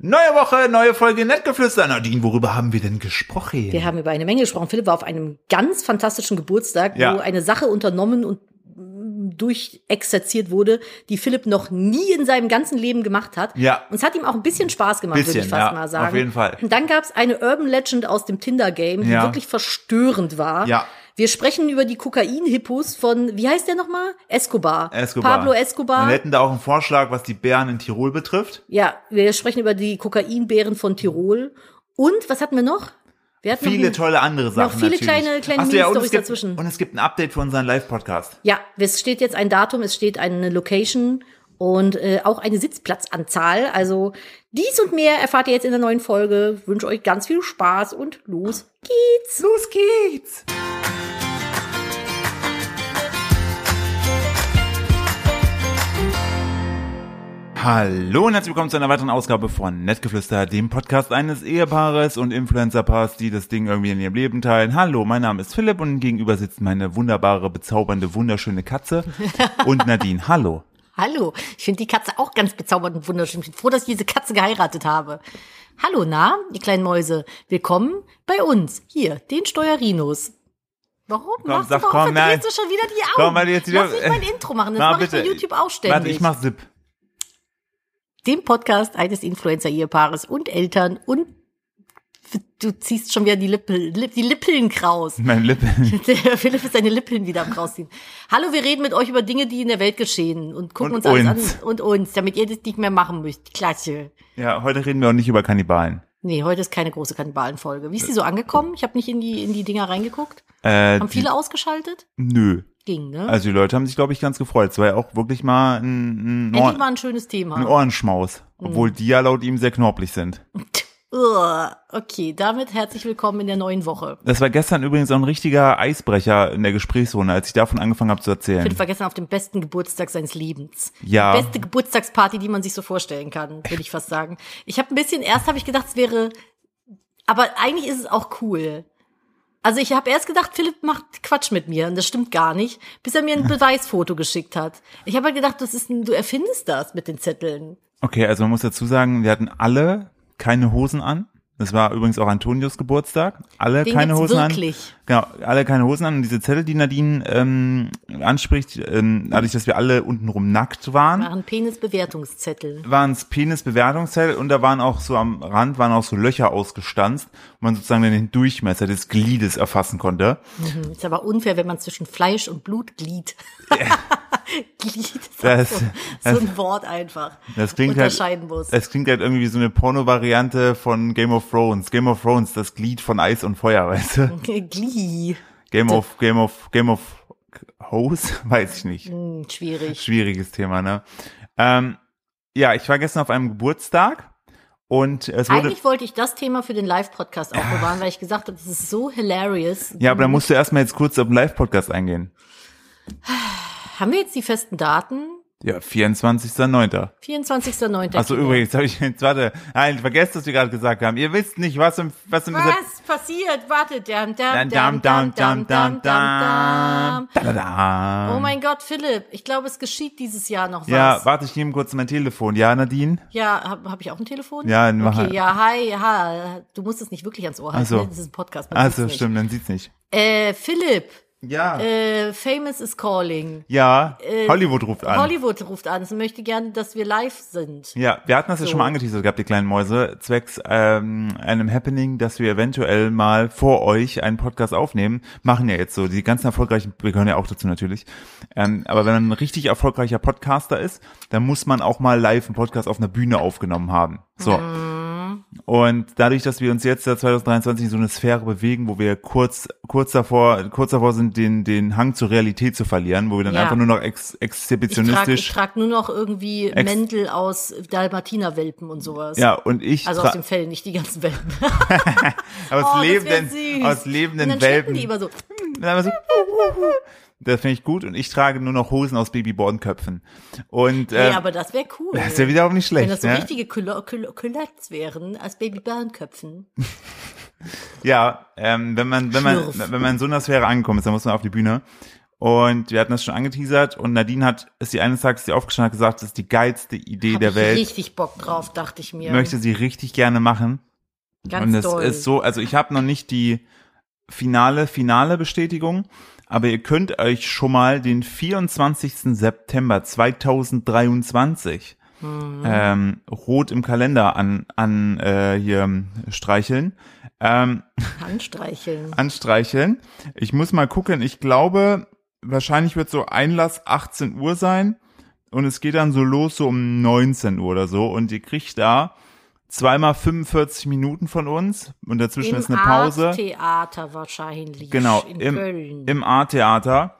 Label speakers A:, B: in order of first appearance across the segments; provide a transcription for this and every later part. A: Neue Woche, neue Folge Nettgeflüster. Nadine, worüber haben wir denn gesprochen?
B: Wir haben über eine Menge gesprochen. Philipp war auf einem ganz fantastischen Geburtstag,
A: Ja.
B: wo eine Sache unternommen und mm, durchexerziert wurde, die Philipp noch nie in seinem ganzen Leben gemacht hat.
A: Ja.
B: Und es hat ihm auch ein bisschen Spaß gemacht, würde ich
A: Bisschen,
B: fast
A: ja,
B: mal sagen.
A: auf jeden Fall.
B: Und dann gab es eine Urban Legend aus dem Tinder-Game, die
A: Ja.
B: wirklich verstörend war.
A: Ja.
B: Wir sprechen über die Kokain-Hippos von, wie heißt der nochmal? Escobar. Pablo Escobar.
A: Wir hätten da auch einen Vorschlag, was die Bären in Tirol betrifft.
B: Ja, wir sprechen über die Kokainbären von Tirol. Und was hatten wir noch? Wir hatten
A: Viele
B: noch ein-
A: tolle andere Sachen.
B: viele
A: natürlich.
B: kleine- kleine
A: Ach so, ja, und
B: Mini-Storys
A: es gibt-
B: dazwischen.
A: Und es gibt ein Update für unseren Live-Podcast.
B: Ja, es steht jetzt ein Datum, es steht eine Location und äh, auch eine Sitzplatzanzahl. Also dies und mehr erfahrt ihr jetzt in der neuen Folge. Wünsche euch ganz viel Spaß und los geht's.
A: Los geht's! Hallo und herzlich willkommen zu einer weiteren Ausgabe von Nettgeflüster, dem Podcast eines Ehepaares und Influencerpaars, die das Ding irgendwie in ihrem Leben teilen. Hallo, mein Name ist Philipp und gegenüber sitzt meine wunderbare, bezaubernde, wunderschöne Katze und Nadine. Hallo.
C: Hallo, ich finde die Katze auch ganz bezaubernd und wunderschön. Ich bin froh, dass ich diese Katze geheiratet habe. Hallo, na, ihr kleinen Mäuse. Willkommen bei uns. Hier, den Steuerinos. Warum machst
A: sag,
C: du, warum
A: komm,
C: verdrehst
A: nein.
C: du schon wieder die Augen?
A: Komm, warte, jetzt wieder-
C: Lass mich mein Intro machen, das
A: Na,
C: mache ich bei
A: bitte.
C: YouTube auch ständig.
A: Warte, ich mach Zip.
C: Den Podcast eines Influencer-Ehepaares und Eltern und du ziehst schon wieder die, Lippel, Lipp, die Lippeln kraus.
A: Meine Lippe.
C: Der Philipp ist seine Lippeln wieder am rausziehen. Hallo, wir reden mit euch über Dinge, die in der Welt geschehen und gucken
A: Und
C: uns alles
A: uns.
C: an und uns, damit ihr das nicht mehr machen müsst. Klasse.
A: Ja, heute reden wir auch nicht über Kannibalen.
C: Nee, heute ist keine große Kannibalenfolge. Wie ist die so angekommen? Ich habe nicht in die in die Dinger reingeguckt.
A: Äh,
C: Haben viele ausgeschaltet?
A: die- Nö.
C: Ging, ne?
A: Also die Leute haben sich, glaube ich, ganz gefreut. Es war ja auch wirklich mal ein, ein, Ohr,
C: Endlich mal ein schönes Thema.
A: ein Ohrenschmaus.
C: Mhm.
A: Obwohl die ja laut ihm sehr knorpelig sind.
C: Uah, okay, damit herzlich willkommen in der neuen Woche.
A: Das war gestern übrigens auch ein richtiger Eisbrecher in der Gesprächsrunde, als ich davon angefangen habe zu erzählen.
C: Philipp war gestern auf dem besten Geburtstag seines Lebens.
A: Ja.
C: Die beste Geburtstagsparty, die man sich so vorstellen kann, würde ich fast sagen. Ich habe ein bisschen, erst habe ich gedacht, es wäre, aber eigentlich ist es auch cool. Also ich habe erst gedacht, Philipp macht Quatsch mit mir und das stimmt gar nicht, bis er mir ein Beweisfoto geschickt hat. Ich habe halt gedacht, das ist ein, du erfindest das mit den Zetteln.
A: Okay, also man muss dazu sagen, wir hatten alle keine Hosen an. Das war übrigens auch Antonios Geburtstag. Alle
C: Den
A: keine
C: gibt's
A: Hosen
C: wirklich.
A: an. Genau, alle keine Hosen an. Und diese Zettel, die Nadine ähm, anspricht, ähm, dadurch, dass wir alle untenrum nackt waren.
C: Waren Penisbewertungszettel.
A: waren es Penisbewertungszell und da waren auch so am Rand waren auch so Löcher ausgestanzt, wo man sozusagen den Durchmesser des Gliedes erfassen konnte.
C: Hm, Ist aber unfair, wenn man zwischen Fleisch und Blut glied. glied ist
A: Das-
C: auch so,
A: das-
C: so ein Wort einfach.
A: Das klingt
C: unterscheiden
A: halt,
C: muss.
A: Das klingt halt irgendwie wie so eine Porno-Variante von Game of Thrones. Game of Thrones, das Glied von Eis und Feuer, weißt
C: Mhm.
A: du?
C: Glee.
A: Game of, Game of, Game of Hose? Weiß ich nicht.
C: Hm, schwierig.
A: Schwieriges Thema, ne? Ähm, ja, ich war gestern auf einem Geburtstag und es wurde.
C: Eigentlich wollte ich das Thema für den Live-Podcast aufbewahren, weil ich gesagt habe, das ist so hilarious.
A: ja, aber da musst du erstmal jetzt kurz auf den Live-Podcast eingehen.
C: Haben wir jetzt die festen Daten?
A: Ja, 24.09.
C: 24.09.
A: Achso, übrigens, habe ich jetzt, warte, nein, vergesst, was wir gerade gesagt haben. Ihr wisst nicht, was im, was im
C: Was passiert? Warte. Dam, dam,
A: Dam, dam,
C: dam, dam,
A: dam, dam, dam,
C: dam.
A: da, da, da.
C: Oh mein Gott, Philipp, ich glaube, es geschieht dieses Jahr noch was.
A: Ja, warte, ich nehme kurz mein Telefon. Ja, Nadine?
C: Ja, habe hab ich auch ein Telefon?
A: Ja, mach halt.
C: Okay, ja, hi, hi. Du musst es nicht wirklich ans Ohr halten.
A: so.
C: ne? Das ist ein Podcast. man sieht's
A: Also,
C: nicht.
A: stimmt, dann sieht's nicht.
C: Äh, Philipp,
A: Ja.
C: äh, Famous is calling.
A: ja,
C: Äh,
A: Hollywood ruft an.
C: Hollywood ruft an. Sie möchte gerne, dass wir live sind.
A: ja, wir hatten das ja schon mal angeteasert gehabt, die kleinen Mäuse, zwecks ähm, einem Happening, dass wir eventuell mal vor euch einen Podcast aufnehmen. Machen ja jetzt so, die ganzen erfolgreichen, wir gehören ja auch dazu natürlich. Ähm, aber wenn man ein richtig erfolgreicher Podcaster ist, dann muss man auch mal live einen Podcast auf einer Bühne aufgenommen haben. So. Und dadurch, dass wir uns jetzt seit 2023 in so eine Sphäre bewegen, wo wir kurz, kurz davor, kurz davor sind, den, den Hang zur Realität zu verlieren, wo wir dann
C: Ja.
A: einfach nur noch ex,
C: Ich trage
A: exhibitionistisch.
C: trag nur noch irgendwie
A: Ex-
C: Mäntel aus Dalmatinerwelpen und sowas.
A: ja, und ich,
C: Also
A: tra-
C: aus den Fällen, nicht die ganzen Welpen.
A: aus
C: Oh, das wär
A: lebenden,
C: süß.
A: aus
C: und
A: lebenden
C: dann schleppen
A: Welpen.
C: die immer so.
A: Und dann immer so, das finde ich gut. Und ich trage nur noch Hosen aus Babybornköpfen. Und,
C: Nee,
A: äh,
C: aber das wäre cool.
A: das ist ja wiederum nicht schlecht,
C: Wenn das so
A: ne?
C: richtige Culo- Culo- Culottes wären, als Baby-Bärenköpfen.
A: Ja, ähm, wenn man, wenn man,
C: Schlürf.
A: wenn man in so einer Sphäre angekommen ist, dann muss man auf die Bühne. Und wir hatten das schon angeteasert und Nadine hat, ist sie eines Tages sie aufgestanden hat gesagt, das ist die geilste Idee
C: Hab
A: der
C: ich
A: Welt.
C: richtig Bock drauf, dachte ich mir.
A: Möchte sie richtig gerne machen.
C: Ganz
A: und das
C: doll.
A: ist so, also ich habe noch nicht die finale, finale Bestätigung, aber ihr könnt euch schon mal den 24. September 2023 ähm, rot im Kalender an, an äh, hier ähm, streicheln. Ähm,
C: Handstreicheln.
A: anstreicheln. Ich muss mal gucken. Ich glaube, wahrscheinlich wird so Einlass 18 Uhr sein und es geht dann so los so um 19 Uhr oder so und ihr kriegt da zweimal 45 Minuten von uns und dazwischen ist eine Pause.
C: Theater wahrscheinlich.
A: Genau,
C: in
A: im,
C: Köln.
A: im A-Theater.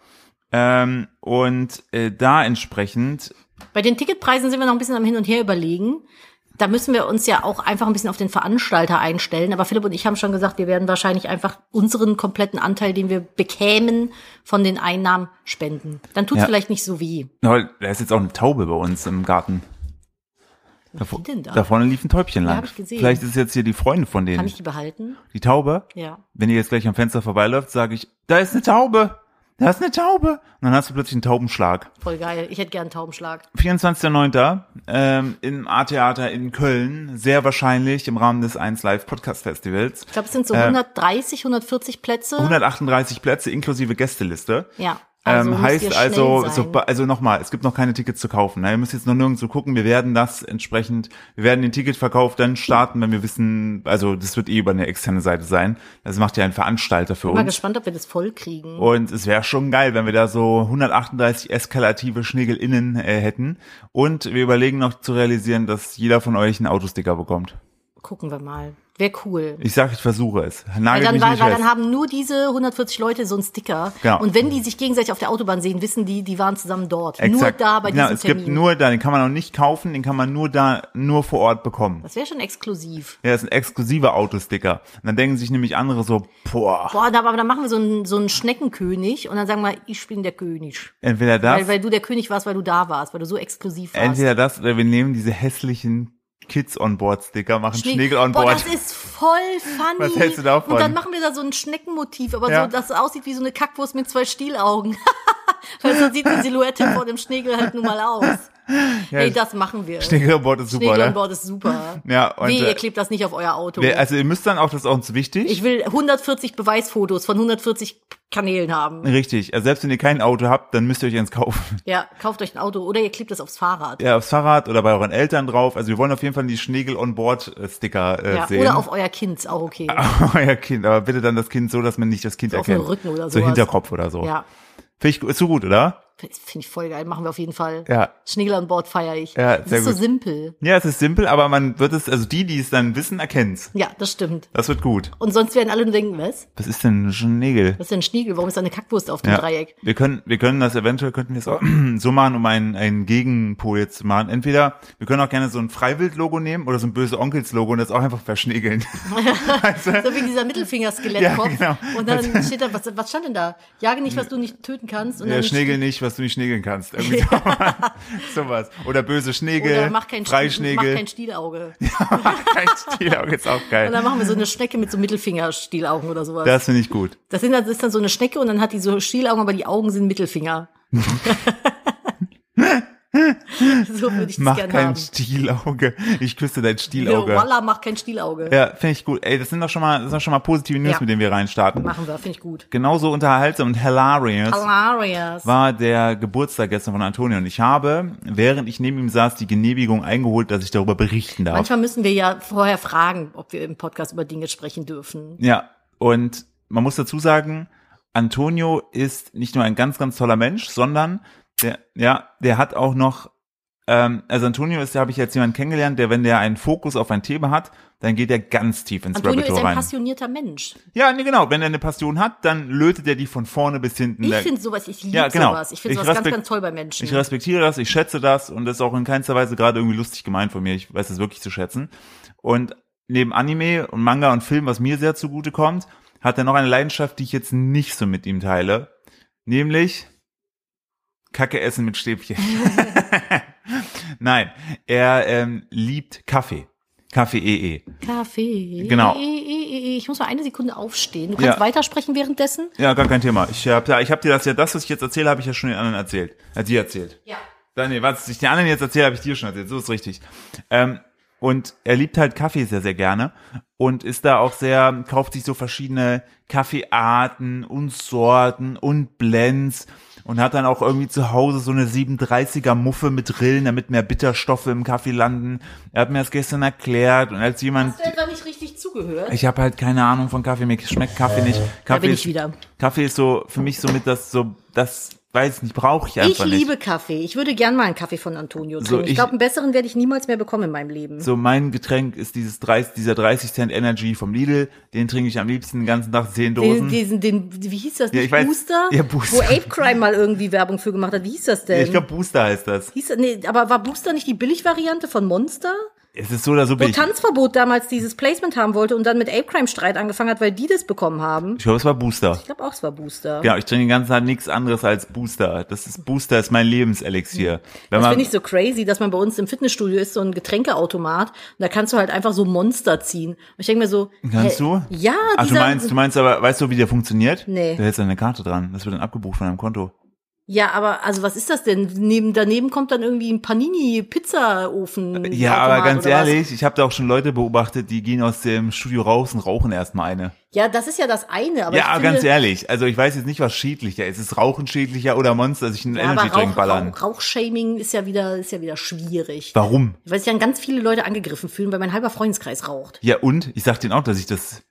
A: Ähm, und äh, da entsprechend,
C: Bei den Ticketpreisen sind wir noch ein bisschen am Hin und Her überlegen. Da müssen wir uns ja auch einfach ein bisschen auf den Veranstalter einstellen. Aber Philipp und ich haben schon gesagt, wir werden wahrscheinlich einfach unseren kompletten Anteil, den wir bekämen, von den Einnahmen spenden. Dann tut's
A: Ja.
C: vielleicht nicht so wie.
A: da ist jetzt auch eine Taube bei uns im Garten. Da,
C: Wie denn da?
A: da vorne lief ein Täubchen
C: hab
A: lang.
C: ich gesehen.
A: Vielleicht ist jetzt hier die Freundin von denen.
C: Kann ich die behalten?
A: die Taube?
C: Ja.
A: wenn ihr jetzt gleich am Fenster vorbeiläuft, sage ich, da ist eine Taube, da ist eine Taube. Und dann hast du plötzlich einen Taubenschlag.
C: Voll geil. Ich hätte gern einen Taubenschlag.
A: 24.09. Ähm, im A-Theater in Köln, sehr wahrscheinlich im Rahmen des 1 Live Podcast Festivals.
C: Ich glaube, es sind so
A: Äh,
C: 130, 140 Plätze.
A: 138 Plätze inklusive Gästeliste.
C: ja.
A: Ähm,
C: müsst ihr
A: heißt
C: schnell
A: also,
C: sein.
A: so, also nochmal, es gibt noch keine Tickets zu kaufen. Ne? Ihr müsst jetzt noch nirgendwo gucken. Wir werden das entsprechend, wir werden den Ticketverkauf dann starten, wenn wir wissen, also das wird eh über eine externe Seite sein. Das macht ja ein Veranstalter für
C: Ich bin mal
A: uns.
C: gespannt, ob wir das voll kriegen.
A: Und es wäre schon geil, wenn wir da so 138 eskalative Schnegel innen äh, hätten. Und wir überlegen noch zu realisieren, dass jeder von euch einen Autosticker bekommt.
C: Gucken wir mal. Wäre cool.
A: Ich sage, ich versuche es.
C: Weil
A: Nagel
C: dann,
A: mich
C: weil,
A: nicht
C: weil
A: fest.
C: dann haben nur diese 140 Leute so einen Sticker.
A: Genau.
C: Und wenn die sich gegenseitig auf der Autobahn sehen, wissen die, die waren zusammen dort.
A: Exakt.
C: Nur da bei diesem
A: genau, es
C: Termin.
A: gibt nur da, den kann man noch nicht kaufen, den kann man nur da, nur vor Ort bekommen.
C: das wäre schon exklusiv.
A: Ja, das ist ein exklusiver Autosticker. Und dann denken sich nämlich andere so, boah,
C: Boah, da- aber dann machen wir so einen, so einen Schneckenkönig und dann sagen wir, ich bin der König.
A: entweder das,
C: Weil, weil du der König warst, weil du da warst, weil du so exklusiv warst.
A: entweder das, oder wir nehmen diese hässlichen Kids on Board Sticker, machen
C: Schnee-
A: Schnegel on
C: Boah,
A: Board.
C: das ist voll funny.
A: Was hältst du davon?
C: Und dann machen wir da so ein Schneckenmotiv, aber
A: Ja.
C: so, dass es aussieht wie so eine Kackwurst mit zwei Stielaugen. Weil so sieht die Silhouette vor dem Schnegel halt nun mal aus. Ey, das machen wir.
A: Schnegel on Board ist super, ne?
C: Schnegel
A: oder?
C: on Board ist super.
A: Ja, und,
C: Weh,
A: äh,
C: ihr klebt das nicht auf euer Auto.
A: Wer- Also ihr müsst dann auch, das ist auch uns wichtig.
C: ich will 140 Beweisfotos von 140 Kanälen haben.
A: Richtig. Also selbst wenn ihr kein Auto habt, dann müsst ihr euch eins kaufen.
C: Ja, kauft euch ein Auto oder ihr klebt das aufs Fahrrad.
A: Ja, aufs Fahrrad oder bei euren Eltern drauf. Also wir wollen auf jeden Fall die Schnegel on Board äh, Sticker äh,
C: Ja,
A: sehen.
C: oder auf euer Kind, auch okay.
A: euer Kind, aber bitte dann das Kind so, dass man nicht das Kind
C: auf den
A: erkennt.
C: Rücken oder
A: so
C: sowas.
A: Hinterkopf oder so.
C: Ja,
A: Finde ich gu- ist so gut, oder?
C: finde ich voll geil, machen wir auf jeden Fall.
A: Ja.
C: Schnegel an Bord feiere ich.
A: Ja,
C: das
A: sehr
C: ist so
A: gut.
C: simpel.
A: Ja, es ist simpel, aber man wird es, also die, die es dann wissen, erkennt's.
C: Ja, das stimmt.
A: Das wird gut.
C: Und sonst werden alle nur denken, was?
A: Was ist denn ein Schnegel?
C: Was ist denn ein Schniegel? Warum ist da eine Kackwurst auf dem Dreieck?
A: Wir können, wir können das eventuell, könnten wir es auch so machen, um einen, einen Gegenpol jetzt zu machen. Entweder, wir können auch gerne so ein Freiwild-Logo nehmen oder so ein böse Onkels-Logo und das auch einfach verschnegeln.
C: So wie dieser Mittelfingerskelettkopf.
A: Ja, genau.
C: Und dann steht da, was, was stand denn da? Jage nicht, was du nicht töten kannst. Und
A: Ja,
C: dann
A: Schnegel nicht, was du nicht schnegeln kannst. Irgendwie so, sowas. Oder böse Schnegel,
C: Oder mach kein, Stiel, mach
A: Freischnegel.
C: kein Stielauge.
A: kein Stielauge ist auch
C: Und
A: geil.
C: dann machen wir so eine Schnecke mit so Mittelfingerstielaugen oder sowas. Das,
A: Das finde ich gut.
C: sind dann, das ist dann so eine Schnecke und dann hat die so Stielaugen, aber die Augen sind Mittelfinger. so würde ich das
A: Mach
C: gerne
A: kein
C: haben.
A: Stielauge. Ich küsse dein
C: Stielauge.
A: Stielauge.
C: Walla, mach kein Stielauge.
A: Ja, finde ich gut. Ey, das sind doch schon mal, das sind doch schon mal positive News,
C: Ja.
A: mit denen wir reinstarten.
C: Machen wir, finde ich gut.
A: Genauso unterhaltsam und hilarious
C: Hilarious.
A: war der Geburtstag gestern von Antonio und ich habe, während ich neben ihm saß, die Genehmigung eingeholt, dass ich darüber berichten darf.
C: Manchmal müssen wir ja vorher fragen, ob wir im Podcast über Dinge sprechen dürfen.
A: Ja, und man muss dazu sagen, Antonio ist nicht nur ein ganz, ganz toller Mensch, sondern der, ja, der hat auch noch, ähm, also Antonio ist, da habe ich jetzt jemanden kennengelernt, der, wenn der einen Fokus auf ein Thema hat, dann geht er ganz tief ins
C: Antonio ist
A: Rabbit
C: ein
A: Hole rein.
C: passionierter Mensch.
A: Ja, nee, genau. Wenn er eine Passion hat, dann lötet er die von vorne bis hinten.
C: Ich
A: Da-
C: finde sowas, ich liebe
A: Ja, genau.
C: sowas. Ich finde
A: Ich
C: sowas ganz,
A: respekt-
C: ganz toll bei Menschen.
A: Ich respektiere das, ich schätze das und das ist auch in keinster Weise gerade irgendwie lustig gemeint von mir. Ich weiß es wirklich zu schätzen. Und neben Anime und Manga und Film, was mir sehr zugute kommt, hat er noch eine Leidenschaft, die ich jetzt nicht so mit ihm teile. Nämlich Kacke essen mit Stäbchen. Nein, er ähm, liebt Kaffee. K-V-E-E.
D: Kaffee.
A: Genau.
D: Ich muss mal eine Sekunde aufstehen. Du kannst
A: Ja.
D: weitersprechen währenddessen?
A: Ja, gar kein Thema. Ich hab, ja, ich hab dir das ja, das, was ich jetzt erzähle, habe ich ja schon den anderen erzählt. Äh, dir erzählt.
D: Ja.
A: Dann, nee, was ich den anderen jetzt erzähle, habe ich dir schon erzählt. So ist richtig. Ähm, und er liebt halt Kaffee sehr, sehr gerne und ist da auch sehr, kauft sich so verschiedene Kaffeearten und Sorten und Blends und hat dann auch irgendwie zu Hause so eine 37er Muffe mit Rillen, damit mehr Bitterstoffe im Kaffee landen. Er hat mir das gestern erklärt und als jemand,
D: Hast du etwa nicht richtig zugehört?
A: ich habe halt keine Ahnung von Kaffee, mir schmeckt Kaffee nicht. Kaffee
D: bin
A: ist,
D: ich wieder.
A: Kaffee ist so für mich somit das so das weiß nicht, brauche ich
C: Ich
A: einfach
C: liebe
A: nicht.
C: Kaffee. Ich würde gern mal einen Kaffee von Antonio trinken.
A: So,
C: ich
A: ich-
C: glaube, einen besseren werde ich niemals mehr bekommen in meinem Leben.
A: So mein Getränk ist dieses 30, dieser 30 Cent Energy vom Lidl, den trinke ich am liebsten den ganzen Tag
D: Den,
A: zehn Dosen.
D: diesen, den, wie hieß das?
A: Ja,
D: Nicht
A: ich weiß.
D: Booster?
A: Ja, Booster.
C: Wo Ape Crime mal irgendwie Werbung für gemacht hat. Wie hieß das denn?
A: ich glaube Booster heißt das.
C: hieß, nee, aber war Booster nicht die Billigvariante von Monster?
A: Es ist so oder so
C: Wo
A: billig.
C: Tanzverbot damals dieses Placement haben wollte und dann mit Ape Crime Streit angefangen hat, weil die das bekommen haben.
A: Ich glaube, es war Booster.
C: Ich glaube auch, es war Booster.
A: Genau, ich trinke den ganzen Tag nichts anderes als Booster. Das ist Booster ist mein Lebenselixier. Wenn
C: Hm. Das
A: man
C: finde ich so crazy, dass man bei uns im Fitnessstudio ist, so ein Getränkeautomat. Und da kannst du halt einfach so Monster ziehen. Und ich denke mir so.
A: Kannst
C: hä?
A: du?
C: Ja,
A: Ach, du
C: dieser-
A: meinst, du meinst aber, weißt du, wie der funktioniert?
C: Nee.
A: Du hältst eine Karte dran. Das wird dann abgebucht von deinem Konto.
C: Ja, aber also was ist das denn? Neben, daneben kommt dann irgendwie ein Panini-Pizzaofen.
A: Ja, aber
C: Automat
A: ganz
C: oder was?
A: ehrlich, ich habe da auch schon Leute beobachtet, die gehen aus dem Studio raus und rauchen erstmal eine.
C: Ja, das ist ja das eine, aber ich
A: ja,
C: finde,
A: ganz ehrlich. Also ich weiß jetzt nicht, was schädlicher ist. Ist Rauchen schädlicher oder Monster sich einen
C: Ja, aber
A: Energy-Drink
C: Rauch,
A: ballern?
C: Rauch, Rauchshaming ist ja wieder, ist ja wieder schwierig.
A: Warum?
C: Weil sich dann ganz viele Leute angegriffen fühlen, weil mein halber Freundeskreis raucht.
A: Ja und? Ich sag denen auch, dass ich das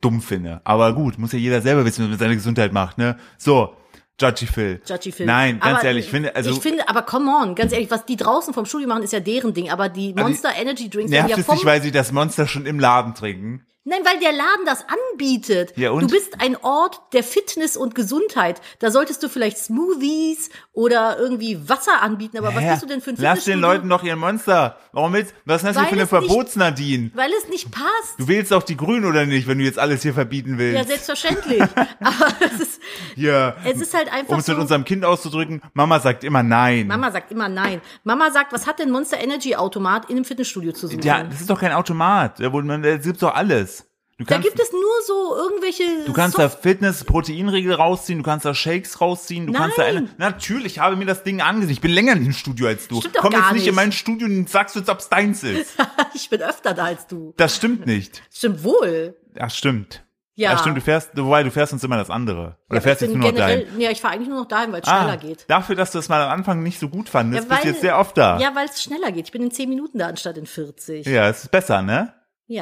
A: dumm finde. Aber gut, muss ja jeder selber wissen, was mit seiner Gesundheit macht, ne? So, Judgy Phil.
C: Judgy Phil.
A: Nein, ganz
C: Aber
A: ehrlich, ich finde, also
C: ich finde, aber come on, ganz ehrlich, was die draußen vom Studio machen, ist ja deren Ding. Aber die Monster Energy Drinks werden
A: Also nervt
C: ja
A: es
C: vom
A: nicht, weil sie das Monster schon im Laden trinken.
C: Nein, weil der Laden das anbietet.
A: Ja, und?
C: Du bist ein Ort der Fitness und Gesundheit. Da solltest du vielleicht Smoothies oder irgendwie Wasser anbieten. Aber was
A: Hä?
C: bist du denn für ein
A: Lass den
C: Fitnessstudio?
A: Leuten doch ihr Monster. Warum willst Was ist das hier
C: Weil
A: für eine
C: es nicht-
A: Verbotsnadine?
C: Weil es nicht passt.
A: Du wählst auch die Grünen oder nicht, wenn du jetzt alles hier verbieten willst.
C: Ja, selbstverständlich. aber es ist,
A: hier.
C: es ist halt einfach
A: Um es mit
C: so-
A: unserem Kind auszudrücken, Mama sagt immer nein.
C: Mama sagt immer nein. Mama sagt, was hat denn Monster Energy Automat in einem Fitnessstudio zu suchen?
A: Ja, das ist doch kein Automat. Da, wo man- da gibt's doch alles. Du
C: da
A: kannst,
C: gibt es nur so irgendwelche.
A: du kannst da Fitness, Proteinriegel rausziehen, du kannst da Shakes rausziehen, du kannst da eine.
C: Nein.
A: Natürlich, ich habe mir das Ding angesehen. Ich bin länger in dem Studio als du.
C: Stimmt doch
A: Komm
C: gar
A: jetzt nicht in
C: nicht.
A: mein Studio und sagst du jetzt, ob's deins ist.
C: ich bin öfter da als du.
A: Das stimmt nicht.
C: Stimmt wohl.
A: Ach, stimmt.
C: Ja.
A: Ach, stimmt, du fährst, wobei du fährst uns immer das andere. Oder fährst
C: ich
A: jetzt
C: bin
A: nur noch dein. Ah,
C: generell- Ja, ich fahre eigentlich nur noch dahin, weil es schneller geht.
A: dafür, dass du es mal am Anfang nicht so gut fandest, bist du
C: weil-
A: jetzt sehr oft da.
C: Ja, weil es schneller geht. Ich bin in 10 Minuten da anstatt in 40. Ja,
A: ja, es ist besser, ne?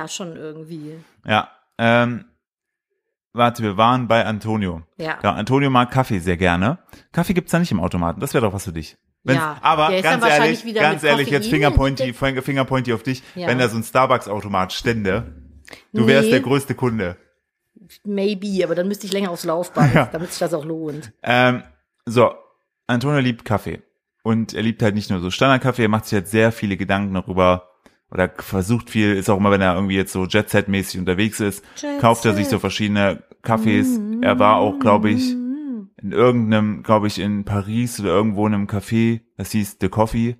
C: schon irgendwie.
A: Ja. Ähm, warte, wir waren bei Antonio.
C: Ja.
A: Ja, Antonio mag Kaffee sehr gerne. Kaffee gibt's da nicht im Automaten. Das wäre doch was für dich. Wenn's,
C: Ja.
A: aber
C: Der ist
A: ganz
C: dann wahrscheinlich
A: ehrlich,
C: wieder
A: ganz
C: mit
A: ehrlich, jetzt
C: Koffein
A: Fingerpointy, Finger- Fingerpointy auf dich.
C: Ja.
A: Wenn da so ein Starbucks-Automat stände, du wärst
C: Nee.
A: der größte Kunde.
C: Maybe, aber dann müsste ich länger aufs Laufband, damit sich das auch lohnt.
A: Ähm, so, Antonio liebt Kaffee. Und er liebt halt nicht nur so Standardkaffee, er macht sich halt sehr viele Gedanken darüber oder versucht viel, ist auch immer, wenn er irgendwie jetzt so Jet-Set-mäßig unterwegs ist,
C: Jet
A: kauft er sich
C: Set. Mm.
A: so verschiedene Kaffees. Er war auch, glaube ich, in irgendeinem, glaube ich, in Paris oder irgendwo in einem Café, das hieß The Coffee.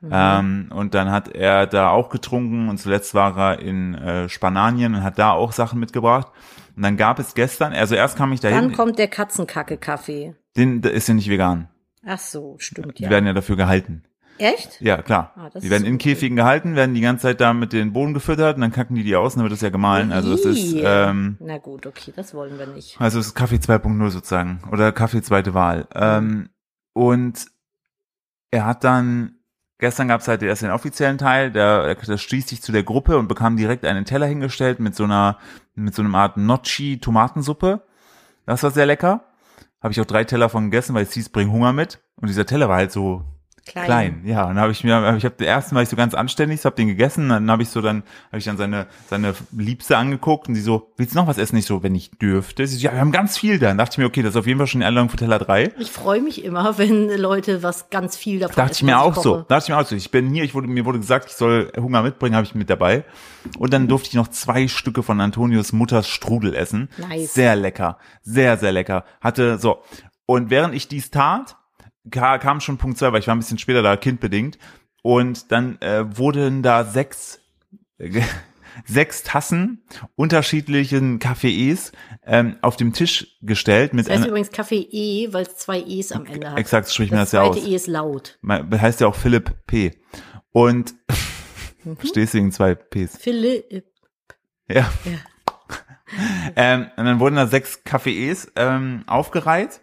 C: Mhm.
A: Ähm, und dann hat er da auch getrunken und zuletzt war er in äh, Spanien und hat da auch Sachen mitgebracht. Und dann gab es gestern, also erst kam ich dahin,
C: Dann kommt der Katzenkacke-Kaffee.
A: den der ist ja nicht vegan.
C: Ach so, stimmt
A: Die
C: ja.
A: werden ja dafür gehalten.
C: Echt?
A: Ja, klar.
C: Ah, das
A: die
C: ist
A: werden in
C: gut.
A: Käfigen gehalten, werden die ganze Zeit da mit den Bohnen gefüttert und dann kacken die die aus und dann wird das ja gemahlen. Also das ist,
C: Ih.
A: ähm,
C: Na gut, okay, das wollen wir nicht.
A: also es ist Kaffee 2.0 sozusagen oder Kaffee zweite Wahl. Ähm, und er hat dann, gestern gab's halt erst den offiziellen Teil, der, der stieß sich zu der Gruppe und bekam direkt einen Teller hingestellt mit so einer, mit so einer Art Nocci-Tomatensuppe. Das war sehr lecker. Habe ich auch drei Teller von gegessen, weil es hieß, bring Hunger mit. Und dieser Teller war halt so
C: Klein.
A: klein. Ja, und habe ich mir, hab- ich habe den ersten war ich so ganz anständig, habe den gegessen, dann habe ich so dann habe ich dann seine seine Liebste angeguckt und sie so, willst du noch was essen? Ich so, wenn ich dürfte. Sie so, ja, wir haben ganz viel da. Dann dachte ich mir, okay, das ist auf jeden Fall schon eine Einladung für Teller 3.
C: Ich freue mich immer, wenn Leute was ganz viel davon
A: Dachte ich
C: essen,
A: mir
C: was
A: auch so.
C: koche.
A: Dachte ich mir auch so. Ich bin hier, ich wurde, mir wurde gesagt, ich soll Hunger mitbringen, habe ich mit dabei. Und dann durfte ich noch zwei Stücke von Antonios Mutters Strudel essen.
C: Nice.
A: Sehr lecker. Sehr, sehr lecker. Hatte so. Und während ich dies tat, ka- kam schon Punkt zwei, weil ich war ein bisschen später da, kindbedingt. Und dann äh, wurden da sechs sechs Tassen unterschiedlichen Kaffees ähm, auf dem Tisch gestellt mit
D: Das heißt
A: einer-
D: übrigens Kaffee E, weil es zwei E's am Ende hat.
A: exakt so spricht man das
D: Das
A: ja
D: zweite
A: aus.
D: E ist laut.
A: Man heißt ja auch Philipp P. Und verstehst du wegen zwei Ps.
D: Philipp.
A: Ja.
D: Ja.
A: ähm, und dann wurden da sechs Kaffees ähm, aufgereiht.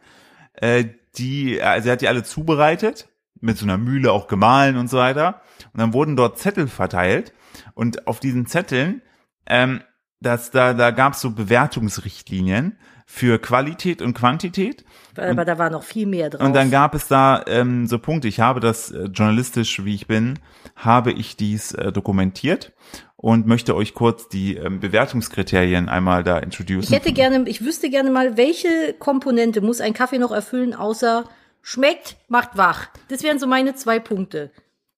A: Äh, die, also er hat die alle zubereitet, mit so einer Mühle auch gemahlen und so weiter. Und dann wurden dort Zettel verteilt. Und auf diesen Zetteln, ähm, das, da, da gab es so Bewertungsrichtlinien für Qualität und Quantität.
C: Aber da war noch viel mehr drauf.
A: Und dann gab es da ähm, so Punkte. Ich habe das äh, journalistisch, wie ich bin, habe ich dies äh, dokumentiert und möchte euch kurz die ähm, Bewertungskriterien einmal da introducen.
C: ich hätte gerne, ich wüsste gerne mal, welche Komponente muss ein Kaffee noch erfüllen, außer schmeckt, macht wach. Das wären so meine zwei Punkte.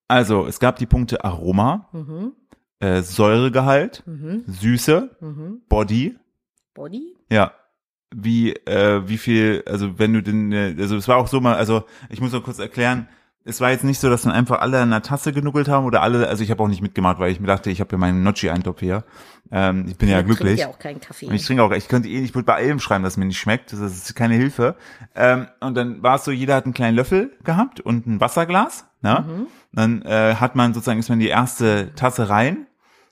A: also es gab die Punkte Aroma,
C: Mhm.
A: äh, Säuregehalt, Süße,
C: Mhm.
A: Body,
C: Body?
A: ja. Wie, äh, wie viel, also wenn du den, äh, also es war auch so mal, also ich muss noch kurz erklären, es war jetzt nicht so, dass dann einfach alle an einer Tasse genuckelt haben oder alle, also ich habe auch nicht mitgemacht, weil ich mir dachte, ich habe ja meinen Nocci-Eintopf hier. Ähm, ich bin ja
C: Man trinkt
A: glücklich.
C: ja auch keinen Kaffee.
A: Und ich trinke auch, ich könnte eh, ich würde bei allem schreiben, dass es mir nicht schmeckt. Das ist keine Hilfe. Ähm, und dann war es so, jeder hat einen kleinen Löffel gehabt und ein Wasserglas. Ne?
D: Mhm.
A: Dann äh, hat man sozusagen, ist man in die erste Tasse rein,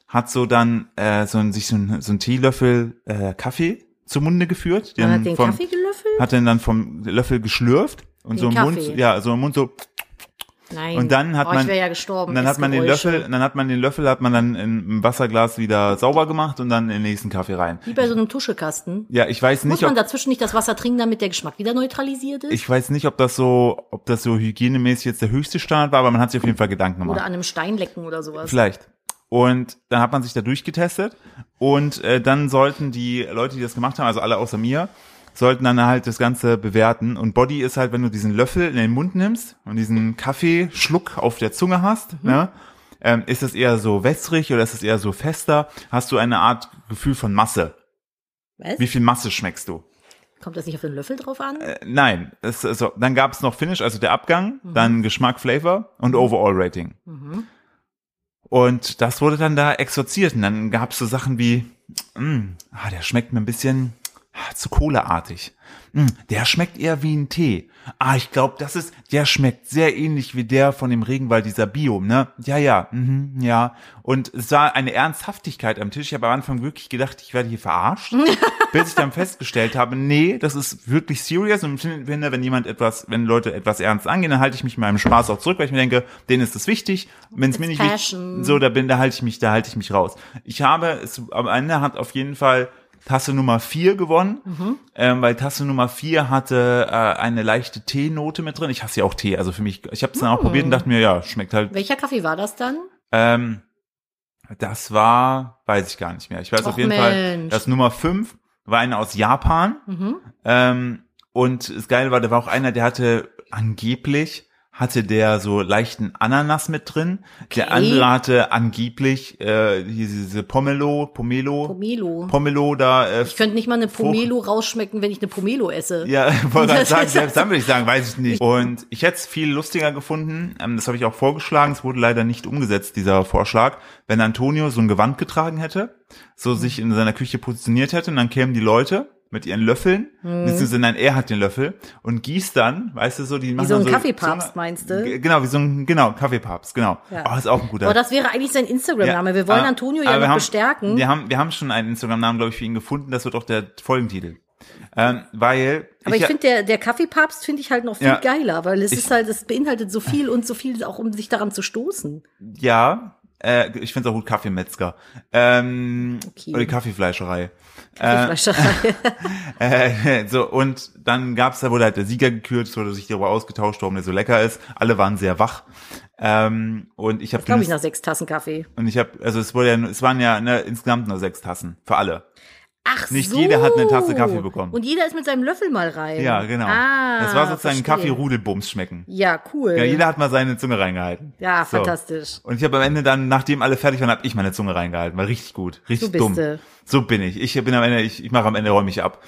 A: hat so dann äh, so ein, sich so ein, so ein Teelöffel äh, Kaffee zum Munde geführt.
C: Man hat den
A: vom,
C: Kaffee gelöffelt?
A: hat den dann vom Löffel geschlürft und so
D: Den
A: im Mund,
D: Kaffee.
A: ja, so im Mund so
D: Nein.
A: und dann hat
D: oh,
A: man,
D: ich wäre ja gestorben.
A: und dann hat man den
D: Essgeräusche.
A: Löffel, und dann hat man den Löffel, hat man dann in- im Wasserglas wieder sauber gemacht und dann in den nächsten Kaffee rein.
D: Wie bei so einem Tuschekasten.
A: Ja, ich weiß
D: Muss
A: nicht,
D: man
A: ob,
D: dazwischen nicht das Wasser trinken, damit der Geschmack wieder neutralisiert ist?
A: ich weiß nicht, ob das so, ob das so hygienemäßig jetzt der höchste Standard war, aber man hat sich auf jeden Fall Gedanken
D: Oder
A: gemacht.
D: an einem Stein lecken oder sowas.
A: Vielleicht. Und dann hat man sich da durchgetestet und äh, dann sollten die Leute, die das gemacht haben, also alle außer mir, sollten dann halt das Ganze bewerten. Und Body ist halt, wenn du diesen Löffel in den Mund nimmst und diesen Kaffeeschluck auf der Zunge hast, ne? Ähm, ist das eher so wässrig oder ist das eher so fester? Hast du eine Art Gefühl von Masse?
C: Was?
A: Wie Äh, viel Masse schmeckst du?
D: Kommt das nicht auf den Löffel drauf an?
A: Nein, es, also, dann gab es noch Finish, also der Abgang, dann Geschmack, Flavor und Overall Rating. Und das wurde dann da exorziert und dann gab es so Sachen wie, mm, ah, der schmeckt mir ein bisschen ah, zu Kohleartig. Mm, der schmeckt eher wie ein Tee. Ah, ich glaube, das ist, der schmeckt sehr ähnlich wie der von dem Regenwald, dieser Biom, ne? Ja, ja, mhm, ja. Und es war eine Ernsthaftigkeit am Tisch. Ich habe am Anfang wirklich gedacht, ich werde hier verarscht. bis ich dann festgestellt habe, nee, das ist wirklich serious und ich finde, wenn jemand etwas, wenn Leute etwas ernst angehen, dann halte ich mich in meinem Spaß auch zurück, weil ich mir denke, denen ist das wichtig, wenn es mir
D: It's
A: nicht wichtig,
D: passion.
A: so da bin, da halte ich mich, da halte ich mich raus. Ich habe es am Ende hat auf jeden Fall Tasse Nummer vier gewonnen, ähm, weil Tasse Nummer vier hatte äh, eine leichte Teenote mit drin. Ich hasse ja auch Tee, also für mich, ich habe es dann auch probiert und dachte mir, ja, schmeckt halt.
D: Welcher Kaffee war das dann?
A: Ähm, das war, weiß ich gar nicht mehr. Ich weiß
D: Och,
A: auf jeden Fall,
D: Mensch. Mhm.
A: das Nummer fünf war eine aus Japan. Ähm, und das Geile war, da war auch einer, der hatte angeblich hatte der so leichten Ananas mit drin. Der
D: Okay.
A: andere hatte angeblich äh, hier diese Pomelo, Pomelo,
D: Pomelo.
A: Pomelo da. Äh,
D: ich könnte nicht mal eine Pomelo rausschmecken, wenn ich eine Pomelo esse.
A: ja, wollte gerade
D: Das
A: sagen,
D: ist-
A: selbst dann würde ich sagen, weiß ich nicht. Und ich hätte es viel lustiger gefunden, ähm, das habe ich auch vorgeschlagen, es wurde leider nicht umgesetzt, dieser Vorschlag, wenn Antonio so ein Gewand getragen hätte,
C: Hm.
A: so sich in seiner Küche positioniert hätte und dann kämen die Leute mit ihren Löffeln,
C: Hm.
A: beziehungsweise nein, er hat den Löffel und gießt dann, weißt du, so die machen
C: so
A: dann
C: ein Kaffeepapst,
A: so-
C: meinst du?
A: G- Genau, wie so ein, genau, Kaffeepapst, genau.
C: Ja.
A: Oh, ist auch ein guter.
C: Aber das wäre eigentlich sein Instagram-Name.
A: Ja,
C: wir wollen
A: aber-
C: Antonio
A: aber
C: ja
A: wir
C: noch
A: haben,
C: bestärken.
A: Wir haben, wir haben schon einen Instagram-Namen, glaube ich, für ihn gefunden, das wird auch der Folgentitel. Ähm, weil
C: aber ich, finde, der, der Kaffeepapst finde ich halt noch viel
A: Ja.
C: geiler, weil es
A: Ich-
C: ist halt, es beinhaltet so viel und so viel auch, um sich daran zu stoßen.
A: Ja, äh, ich find's auch gut, Kaffeemetzger. Ähm,
C: Okay.
A: Oder Kaffeefleischerei.
C: Kaffeefleischerei.
A: Äh, so, und dann gab's da, wurde halt der Sieger gekürt, es wurde sich darüber ausgetauscht, warum der so lecker ist. Alle waren sehr wach. Ähm, und ich habe
C: Glaube ich nach sechs Tassen Kaffee.
A: und ich habe, also es wurde ja, nur- es waren ja ne, insgesamt nur sechs Tassen für alle.
C: Ach
A: Nicht
C: so.
A: jeder hat eine Tasse Kaffee bekommen.
C: Und jeder ist mit seinem Löffel mal rein.
A: Ja, genau.
C: Ah,
A: das war sozusagen ein
C: verstehe.
A: Kaffee-Rudelbums schmecken.
C: Ja, cool.
A: Ja, jeder hat mal seine Zunge reingehalten.
C: Ja,
A: So.
C: fantastisch.
A: Und ich habe am Ende dann, nachdem alle fertig waren, habe ich meine Zunge reingehalten. War richtig gut, richtig
C: So bist
A: dumm.
C: du.
A: So bin ich. Ich bin am Ende, ich, ich mache am Ende räume ich ab.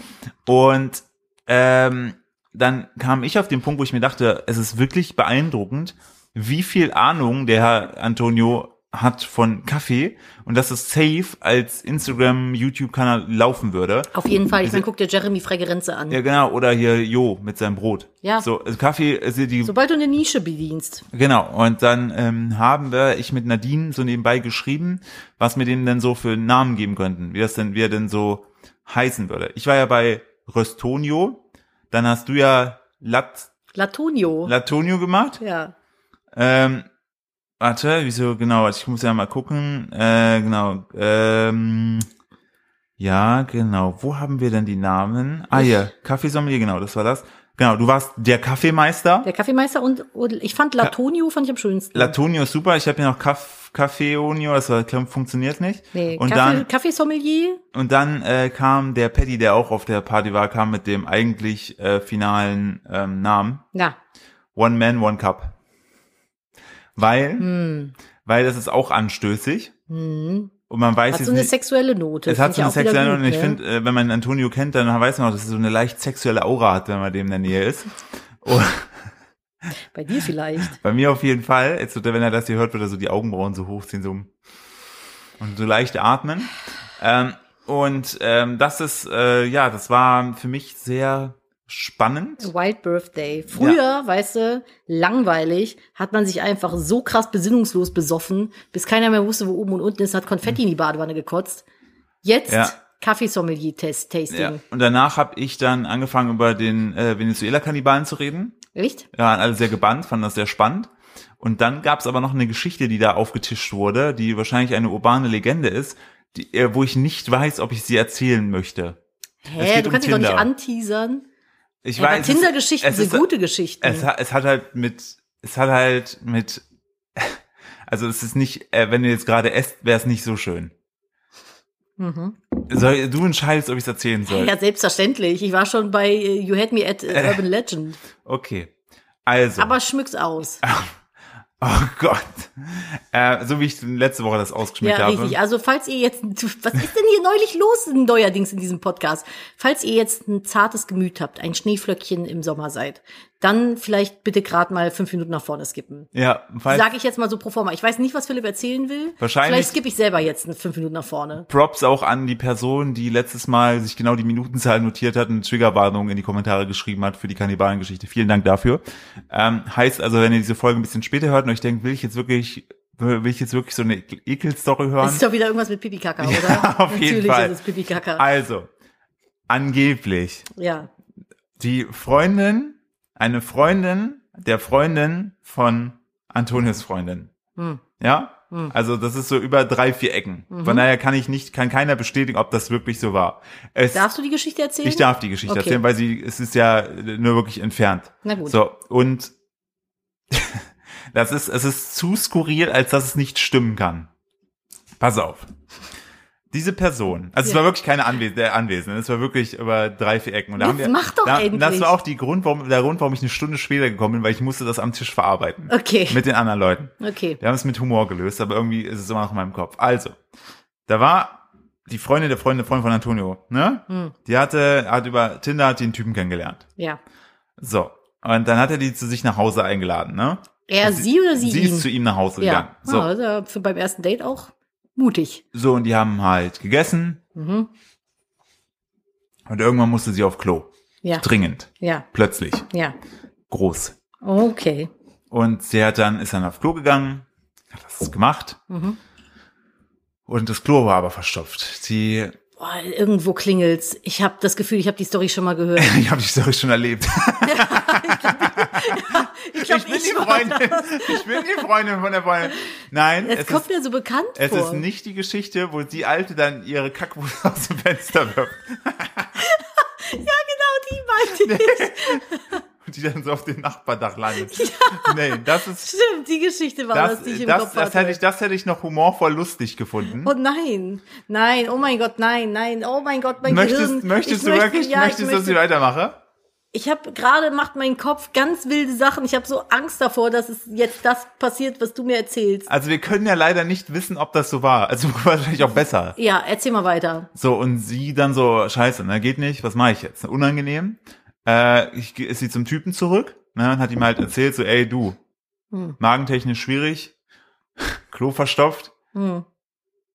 A: Und ähm, dann kam ich auf den Punkt, wo ich mir dachte, es ist wirklich beeindruckend, wie viel Ahnung der Herr Antonio hat von Kaffee und dass es safe als Instagram, YouTube-Kanal laufen würde.
C: Auf jeden Fall. Ich meine, guck dir Jeremy Fregerenze an.
A: Ja, genau. Oder hier Jo mit seinem Brot.
C: Ja.
A: So, also Kaffee ist hier die
C: Sobald du eine Nische bedienst.
A: Genau, und dann ähm, haben wir, ich mit Nadine so nebenbei geschrieben, was wir denen denn so für einen Namen geben könnten, wie das denn, wie er denn so heißen würde. Ich war ja bei Röstonio, dann hast du ja Lat
C: Latonio.
A: Latonio gemacht.
C: ja.
A: Ähm, warte, wieso genau, warte, ich muss ja mal gucken. Äh, genau. Ähm, ja, genau. Wo haben wir denn die Namen? Ah, hier, Kaffeesommelier, genau, das war das. Genau, du warst der Kaffeemeister.
C: Der Kaffeemeister und, und ich fand Latonio fand ich am schönsten.
A: Latonio ist super. Ich habe hier noch Kaff Kaffeeonio, das war, glaub, funktioniert nicht.
C: nee,
A: und,
C: Kaffee,
A: dann,
C: Kaffeesommelier.
A: und dann äh, kam der Paddy, der auch auf der Party war, kam mit dem eigentlich äh, finalen ähm, Namen.
C: Na,
A: One Man, One Cup. Weil,
C: hm.
A: weil das ist auch anstößig.
C: Hm.
A: Und man weiß
C: Hat
A: jetzt
C: so eine
A: nicht.
C: sexuelle Note.
A: Es hat
C: Find
A: so eine
C: ich auch wieder
A: sexuelle,
C: gut,
A: und ich
C: ne?
A: finde, äh, wenn man Antonio kennt, dann weiß man auch, dass er so eine leicht sexuelle Aura hat, wenn man dem in der Nähe ist. Und
C: Bei dir vielleicht.
A: bei mir auf jeden Fall, jetzt, wird er, wenn er das hier hört, wird er so die Augenbrauen so hochziehen, so um und so leicht atmen. Ähm, und ähm, das ist, äh, ja, das war für mich sehr spannend.
C: Wild Birthday. Früher, weißt du, langweilig, hat man sich einfach so krass besinnungslos besoffen, bis keiner mehr wusste, wo oben und unten ist, und hat Konfetti in die Badewanne gekotzt. Jetzt
A: Ja.
C: Kaffeesommelier-Tasting.
A: Ja. Und danach habe ich dann angefangen, über den äh, Venezuela-Kannibalen zu reden.
C: Echt?
A: Ja, waren alle sehr gebannt, fanden das sehr spannend. Und dann gab's aber noch eine Geschichte, die da aufgetischt wurde, die wahrscheinlich eine urbane Legende ist, die, äh, wo ich nicht weiß, ob ich sie erzählen möchte.
C: Hä,
A: geht
C: du
A: um
C: kannst dich doch nicht
A: Tinder.
C: anteasern.
A: Ich
C: Ja, aber
A: weiß, es ist-
C: Tinder-Geschichten
A: es
C: sind
A: ist-
C: gute Geschichten.
A: Es, ha- es hat halt mit, es hat halt mit, also es ist nicht, äh, wenn du jetzt gerade esst, wäre es nicht so schön.
C: mhm.
A: Soll, du entscheidest, ob ich es erzählen soll.
C: Ja, selbstverständlich. Ich war schon bei äh, You Had Me at äh, Urban Legend.
A: Okay. Also.
C: Aber schmück's aus.
A: oh Gott. Äh, so wie ich letzte Woche das ausgeschmückt
C: Ja,
A: habe.
C: richtig. Also falls ihr jetzt, was ist denn hier neulich los in- neuerdings in diesem Podcast? Falls ihr jetzt ein zartes Gemüt habt, ein Schneeflöckchen im Sommer seid, dann vielleicht bitte gerade mal fünf Minuten nach vorne skippen.
A: Ja, falls,
C: Sage ich jetzt mal so pro forma. Ich weiß nicht, was Philipp erzählen will.
A: Wahrscheinlich-
C: Vielleicht skippe ich selber jetzt fünf Minuten nach vorne.
A: Props auch an die Person, die letztes Mal sich genau die Minutenzahl notiert hat und eine Triggerwarnung in die Kommentare geschrieben hat für die Kannibalengeschichte. Vielen Dank dafür. Ähm, heißt also, wenn ihr diese Folge ein bisschen später hört und euch denkt, will ich jetzt wirklich, will ich jetzt wirklich so eine Ekelstory hören?
C: Ist doch wieder irgendwas mit Pipi-Kaka, oder?
A: Ja, auf jeden
C: Natürlich
A: Fall.
C: ist es Pipi-Kaka.
A: Also, angeblich,
C: Ja.
A: die Freundin, eine Freundin der Freundin von Antonius Freundin.
C: Hm. Mhm.
A: Ja? Also das ist so über drei, vier Ecken. Von daher kann ich nicht, kann keiner bestätigen, ob das wirklich so war. Es,
C: Darfst du die Geschichte erzählen?
A: Ich darf die Geschichte
C: Okay.
A: erzählen, weil sie, es ist ja nur wirklich entfernt.
C: Na gut.
A: So, und das ist, es ist zu skurril, als dass es nicht stimmen kann. Pass auf. Diese Person, also es
C: Ja.
A: war wirklich keine Anwe der Anwesende, es war wirklich über drei, vier Ecken. Und da
C: Jetzt
A: haben wir,
C: mach doch
A: da,
C: endlich.
A: Das war auch die Grund, warum, der Grund, warum ich eine Stunde später gekommen bin, weil ich musste das am Tisch verarbeiten.
C: Okay.
A: Mit den anderen Leuten.
C: Okay.
A: Wir haben es mit Humor gelöst, aber irgendwie ist es immer noch in meinem Kopf. Also, da war die Freundin der Freundin, der Freundin von Antonio, ne?
C: Hm.
A: Die hatte, hat über Tinder hat den Typen kennengelernt.
C: Ja.
A: So. Und dann hat er die zu sich nach Hause eingeladen, ne?
C: Er,
A: Und
C: sie, oder sie,
A: Sie
C: ihn?
A: ist zu ihm nach Hause gegangen.
C: ja.
A: So.
C: Ah, das ist ja für beim ersten Date auch mutig.
A: so, und die haben halt gegessen.
C: Mhm.
A: Und irgendwann musste sie auf Klo.
C: Ja.
A: Dringend.
C: Ja.
A: Plötzlich.
C: Ja.
A: Groß.
C: Okay.
A: Und sie hat dann, ist dann auf Klo gegangen, hat das gemacht.
C: Mhm.
A: Und das Klo war aber verstopft. Sie,
C: Boah, irgendwo klingelt's. Ich habe das Gefühl, ich habe die Story schon mal gehört.
A: ich habe die Story schon erlebt.
C: Ich, glaub,
A: Ich bin die
C: war
A: Freundin.
C: das.
A: Ich bin die Freundin von der Freundin. Nein,
C: Es
A: es,
C: kommt
A: ist,
C: mir so bekannt
A: es
C: vor.
A: ist nicht die Geschichte, wo die Alte dann ihre Kackwurst aus dem Fenster wirft
C: Ja, genau, die meinte ich.
A: und die dann so auf dem Nachbardach landet. Nee, das ist.
C: Stimmt, die Geschichte war das,
A: Das,
C: die ich
A: das,
C: im Kopf
A: das,
C: hatte.
A: hätte ich, das hätte ich noch humorvoll lustig gefunden.
C: Oh nein, nein, oh mein Gott, nein, nein, oh mein Gott, mein Gehirn.
A: möchtest möchtest
C: Ich
A: du
C: möchte-
A: wirklich,
C: ja, ich
A: möchtest, dass ich
C: möchte-
A: weitermache?
C: Ich habe gerade macht mein Kopf ganz wilde Sachen. Ich habe so Angst davor, dass es jetzt das passiert, was du mir erzählst.
A: Also wir können ja leider nicht wissen, ob das so war. Also wahrscheinlich auch besser.
C: Ja, erzähl mal weiter.
A: So, und sie dann so, scheiße, ne, geht nicht, was mache ich jetzt? Unangenehm. Äh, ich, ist sie zum Typen zurück, ne, und hat ihm halt erzählt, so, ey, du, magentechnisch schwierig, Klo verstopft.
C: Hm.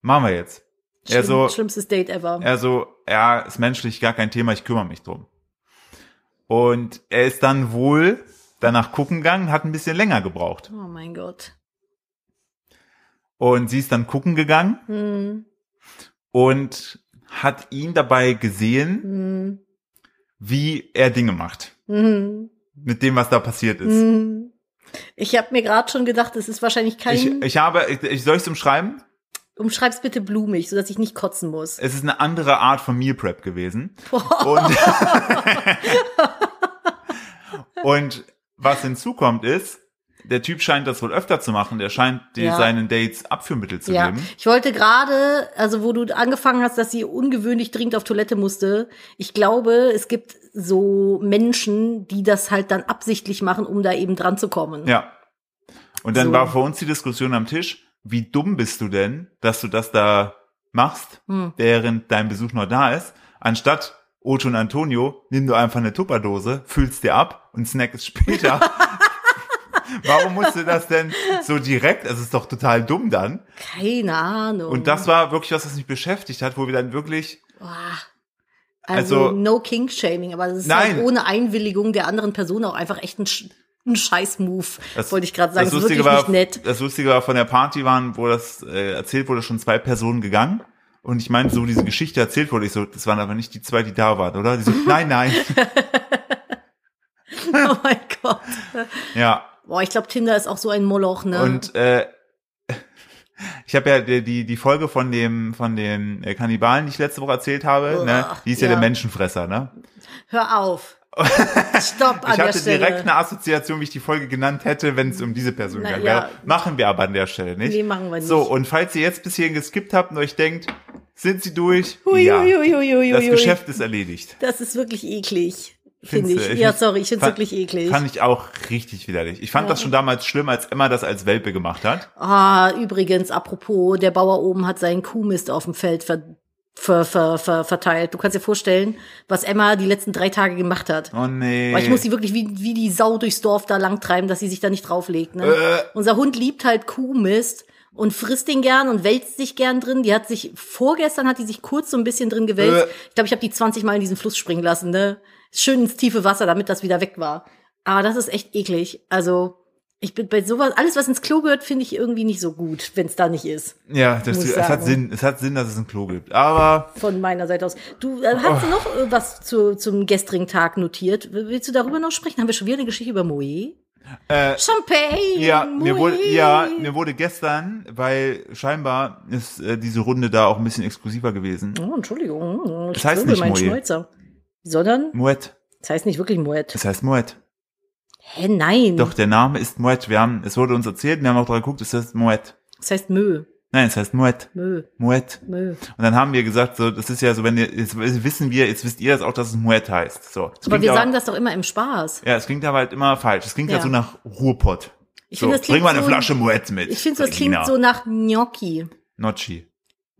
A: Machen wir jetzt. Er
C: Schlimm,
A: so,
C: schlimmstes Date ever.
A: er so, ja, ist menschlich gar kein Thema, ich kümmere mich drum. Und er ist dann wohl danach gucken gegangen, hat ein bisschen länger gebraucht.
C: Oh mein Gott.
A: Und sie ist dann gucken gegangen
C: Hm.
A: und hat ihn dabei gesehen,
C: Hm.
A: wie er Dinge macht.
C: Hm.
A: Mit dem, was da passiert ist.
C: Hm. Ich habe mir gerade schon gedacht, es ist wahrscheinlich
A: Ich,
C: kein.
A: ich habe, ich, ich soll ich es umschreiben?
C: Umschreib's bitte blumig, sodass ich nicht kotzen muss.
A: Es ist eine andere Art von Meal Prep gewesen. Und, und was hinzukommt ist, der Typ scheint das wohl öfter zu machen. Der scheint die,
C: Ja.
A: seinen Dates Abführmittel zu
C: Ja,
A: geben.
C: ich wollte gerade, also wo du angefangen hast, dass sie ungewöhnlich dringend auf Toilette musste. Ich glaube, es gibt so Menschen, die das halt dann absichtlich machen, um da eben dran zu kommen.
A: Ja. Und dann
C: So.
A: war vor uns die Diskussion am Tisch, wie dumm bist du denn, dass du das da machst,
C: Hm.
A: während dein Besuch noch da ist, anstatt Otto und Antonio, nimm du einfach eine Tupperdose, füllst dir ab und snackst später. Warum musst du das denn so direkt? Also, Es ist doch total dumm dann.
C: Keine Ahnung.
A: Und das war wirklich was, was mich beschäftigt hat, wo wir dann wirklich,
C: Boah. Also,
A: Also-
C: no King Shaming, aber es ist
A: Nein.
C: halt ohne Einwilligung der anderen Person auch einfach echt ein, Sch- ein Scheiß-Move,
A: das
C: wollte ich gerade sagen. Das ist
A: Lustige
C: wirklich
A: war,
C: nicht nett.
A: das Lustige war von der Party waren, wo das äh, erzählt wurde, schon zwei Personen gegangen. Und ich meinte, so diese Geschichte erzählt wurde, ich so, das waren aber nicht die zwei, die da waren, oder? Die so, nein, nein.
C: Oh mein Gott.
A: Ja.
C: Boah, ich glaube, Tinder ist auch so ein Moloch, ne?
A: Und äh, ich habe ja die, die, die Folge von dem von dem äh, Kannibalen, die ich letzte Woche erzählt habe,
C: Uah,
A: ne, die ist ja,
C: ja.
A: der Menschenfresser, ne?
C: Hör auf. Stopp an
A: ich
C: der
A: hatte
C: Stelle.
A: direkt eine Assoziation, wie ich die Folge genannt hätte, wenn es um diese Person
C: Na
A: gegangen
C: ja.
A: wäre. Machen wir aber an der Stelle nicht.
C: Nee, machen wir nicht.
A: So, und falls ihr jetzt bis hierhin geskippt habt und euch denkt, sind sie durch?
C: Hui,
A: ja.
C: hui, hui, hui, hui,
A: Das
C: hui.
A: Geschäft ist erledigt.
C: Das ist wirklich eklig, finde
A: Findste,
C: ich.
A: ich
C: Ja,
A: find-
C: sorry, ich finde es
A: fand-
C: wirklich eklig.
A: Fand ich auch richtig widerlich. Ich fand das schon damals schlimm, als Emma das als Welpe gemacht hat.
C: Ah, übrigens, apropos, der Bauer oben hat seinen Kuhmist auf dem Feld ver ver ver ver verteilt. Du kannst dir vorstellen, was Emma die letzten drei Tage gemacht hat.
A: Oh nee.
C: Weil ich muss sie wirklich wie, wie die Sau durchs Dorf da langtreiben, dass sie sich da nicht drauflegt. Ne?
A: Äh.
C: Unser Hund liebt halt Kuhmist und frisst den gern und wälzt sich gern drin. Die hat sich, vorgestern hat die sich kurz so ein bisschen drin gewälzt.
A: Äh.
C: Ich glaube, ich habe die 20 Mal in diesen Fluss springen lassen. Ne? Schön ins tiefe Wasser, damit das wieder weg war. Aber das ist echt eklig. Also ich bin bei sowas, alles was ins Klo gehört, finde ich irgendwie nicht so gut, wenn es da nicht ist.
A: ja, das,
C: muss
A: es
C: sagen.
A: hat Sinn, es hat Sinn, dass es ein Klo gibt. Aber
C: Von meiner Seite aus. Du äh, hast
A: Oh.
C: du noch äh, was zu, zum gestrigen Tag notiert? W- Willst du darüber noch sprechen? Haben wir schon wieder eine Geschichte über Moe?
A: Äh,
C: Champagne!
A: ja, mir
C: Moët.
A: wurde, ja, mir wurde gestern, weil scheinbar ist äh, diese Runde da auch ein bisschen exklusiver gewesen.
C: Oh, Entschuldigung. Ich
A: Das heißt
C: wirbel
A: nicht
C: meinen
A: Moe.
C: Schnäuzer. Sondern,
A: Moet.
C: das heißt nicht wirklich Moet.
A: Das heißt Moet.
C: Hä, nein.
A: Doch, der Name ist Moet. Wir haben, es wurde uns erzählt, wir haben auch dran geguckt, es heißt Moet.
C: Das heißt Mö.
A: Nein, es heißt Moet.
C: Mö.
A: Moet.
C: Mö.
A: Und dann haben wir gesagt, so, das ist ja so, wenn ihr, jetzt wissen wir, jetzt wisst ihr das auch, dass es Moet heißt. So. Es
C: Aber
A: klingt
C: wir
A: aber-
C: sagen das doch immer im Spaß.
A: Ja, es klingt aber halt immer falsch. Es klingt
C: Ja.
A: halt so nach Ruhrpott.
C: Ich
A: so,
C: finde, das klingt
A: bring mal eine
C: so-
A: Flasche Moet mit.
C: Ich finde, das klingt
A: Regina.
C: so nach Gnocchi.
A: Nocci.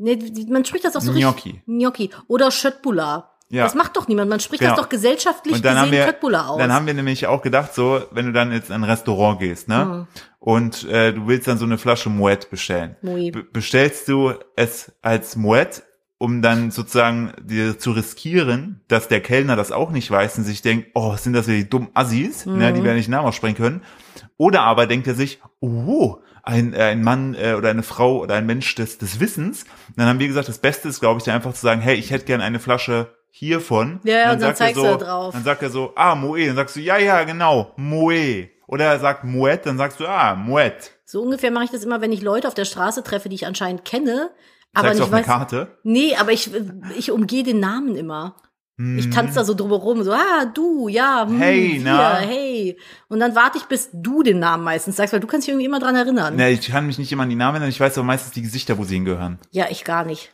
C: Nee, man spricht das auch so
A: Gnocchi.
C: richtig. Gnocchi. Oder Schöttbula.
A: Ja.
C: Das macht doch niemand. Man spricht
A: Genau.
C: das doch gesellschaftlich
A: Und dann haben,
C: gesehen
A: wir,
C: Schöttbula aus.
A: dann haben wir nämlich auch gedacht, so, wenn du dann jetzt in ein Restaurant gehst,
C: Mhm. Hm,
A: ne? Und äh, du willst dann so eine Flasche Moet bestellen.
C: Moe.
A: B- Bestellst du es als Moet, um dann sozusagen dir zu riskieren, dass der Kellner das auch nicht weiß und sich denkt, oh, sind das wieder die dummen Assis, ne,
C: Mhm.
A: die wir nicht den Namen aussprechen können. Oder aber denkt er sich, oh, ein, äh, ein Mann äh, oder eine Frau oder ein Mensch des, des Wissens. Und dann haben wir gesagt, das Beste ist, glaube ich, dann einfach zu sagen, hey, ich hätte gern eine Flasche hiervon.
C: Ja, ja,
A: Und
C: und dann
A: sagt er
C: zeigst du
A: so,
C: da drauf.
A: Dann sagt er so, ah, Moe. Dann sagst du, ja, ja, genau, Moe. Oder er sagt Moet, dann sagst du, ah, Moet.
C: So ungefähr mache ich das immer, wenn ich Leute auf der Straße treffe, die ich anscheinend kenne,
A: Zeigst
C: aber
A: du
C: nicht
A: auf eine
C: weiß.
A: Karte.
C: Nee, aber ich, ich umgehe den Namen immer. Ich tanze da so drumherum, so, ah, du, ja, hm,
A: Hm. Hey,
C: wir,
A: na?
C: hey. Und dann warte ich, bis du den Namen meistens sagst, weil du kannst dich irgendwie immer dran erinnern.
A: Ne, ich kann mich nicht immer an die Namen erinnern, ich weiß aber meistens die Gesichter, wo sie hingehören.
C: Ja, ich gar nicht.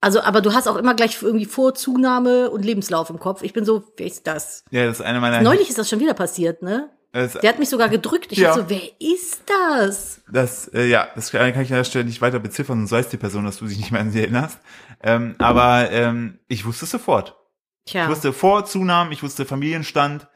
C: Also, aber du hast auch immer gleich irgendwie Vor-, Zunahme und Lebenslauf im Kopf. Ich bin so, wer ist das?
A: Ja, das ist eine meiner.
C: Neulich ist das schon wieder passiert, ne?
A: Das,
C: Der hat mich sogar gedrückt. Ich
A: Ja.
C: dachte so, wer ist das?
A: das, äh, ja, das kann kann ich an der Stelle nicht weiter beziffern, und so heißt die Person, dass du dich nicht mehr an sie erinnerst. Ähm, aber ähm, ich wusste es sofort. Ich
C: Tja,
A: wusste Vorzunahmen, ich wusste Familienstand,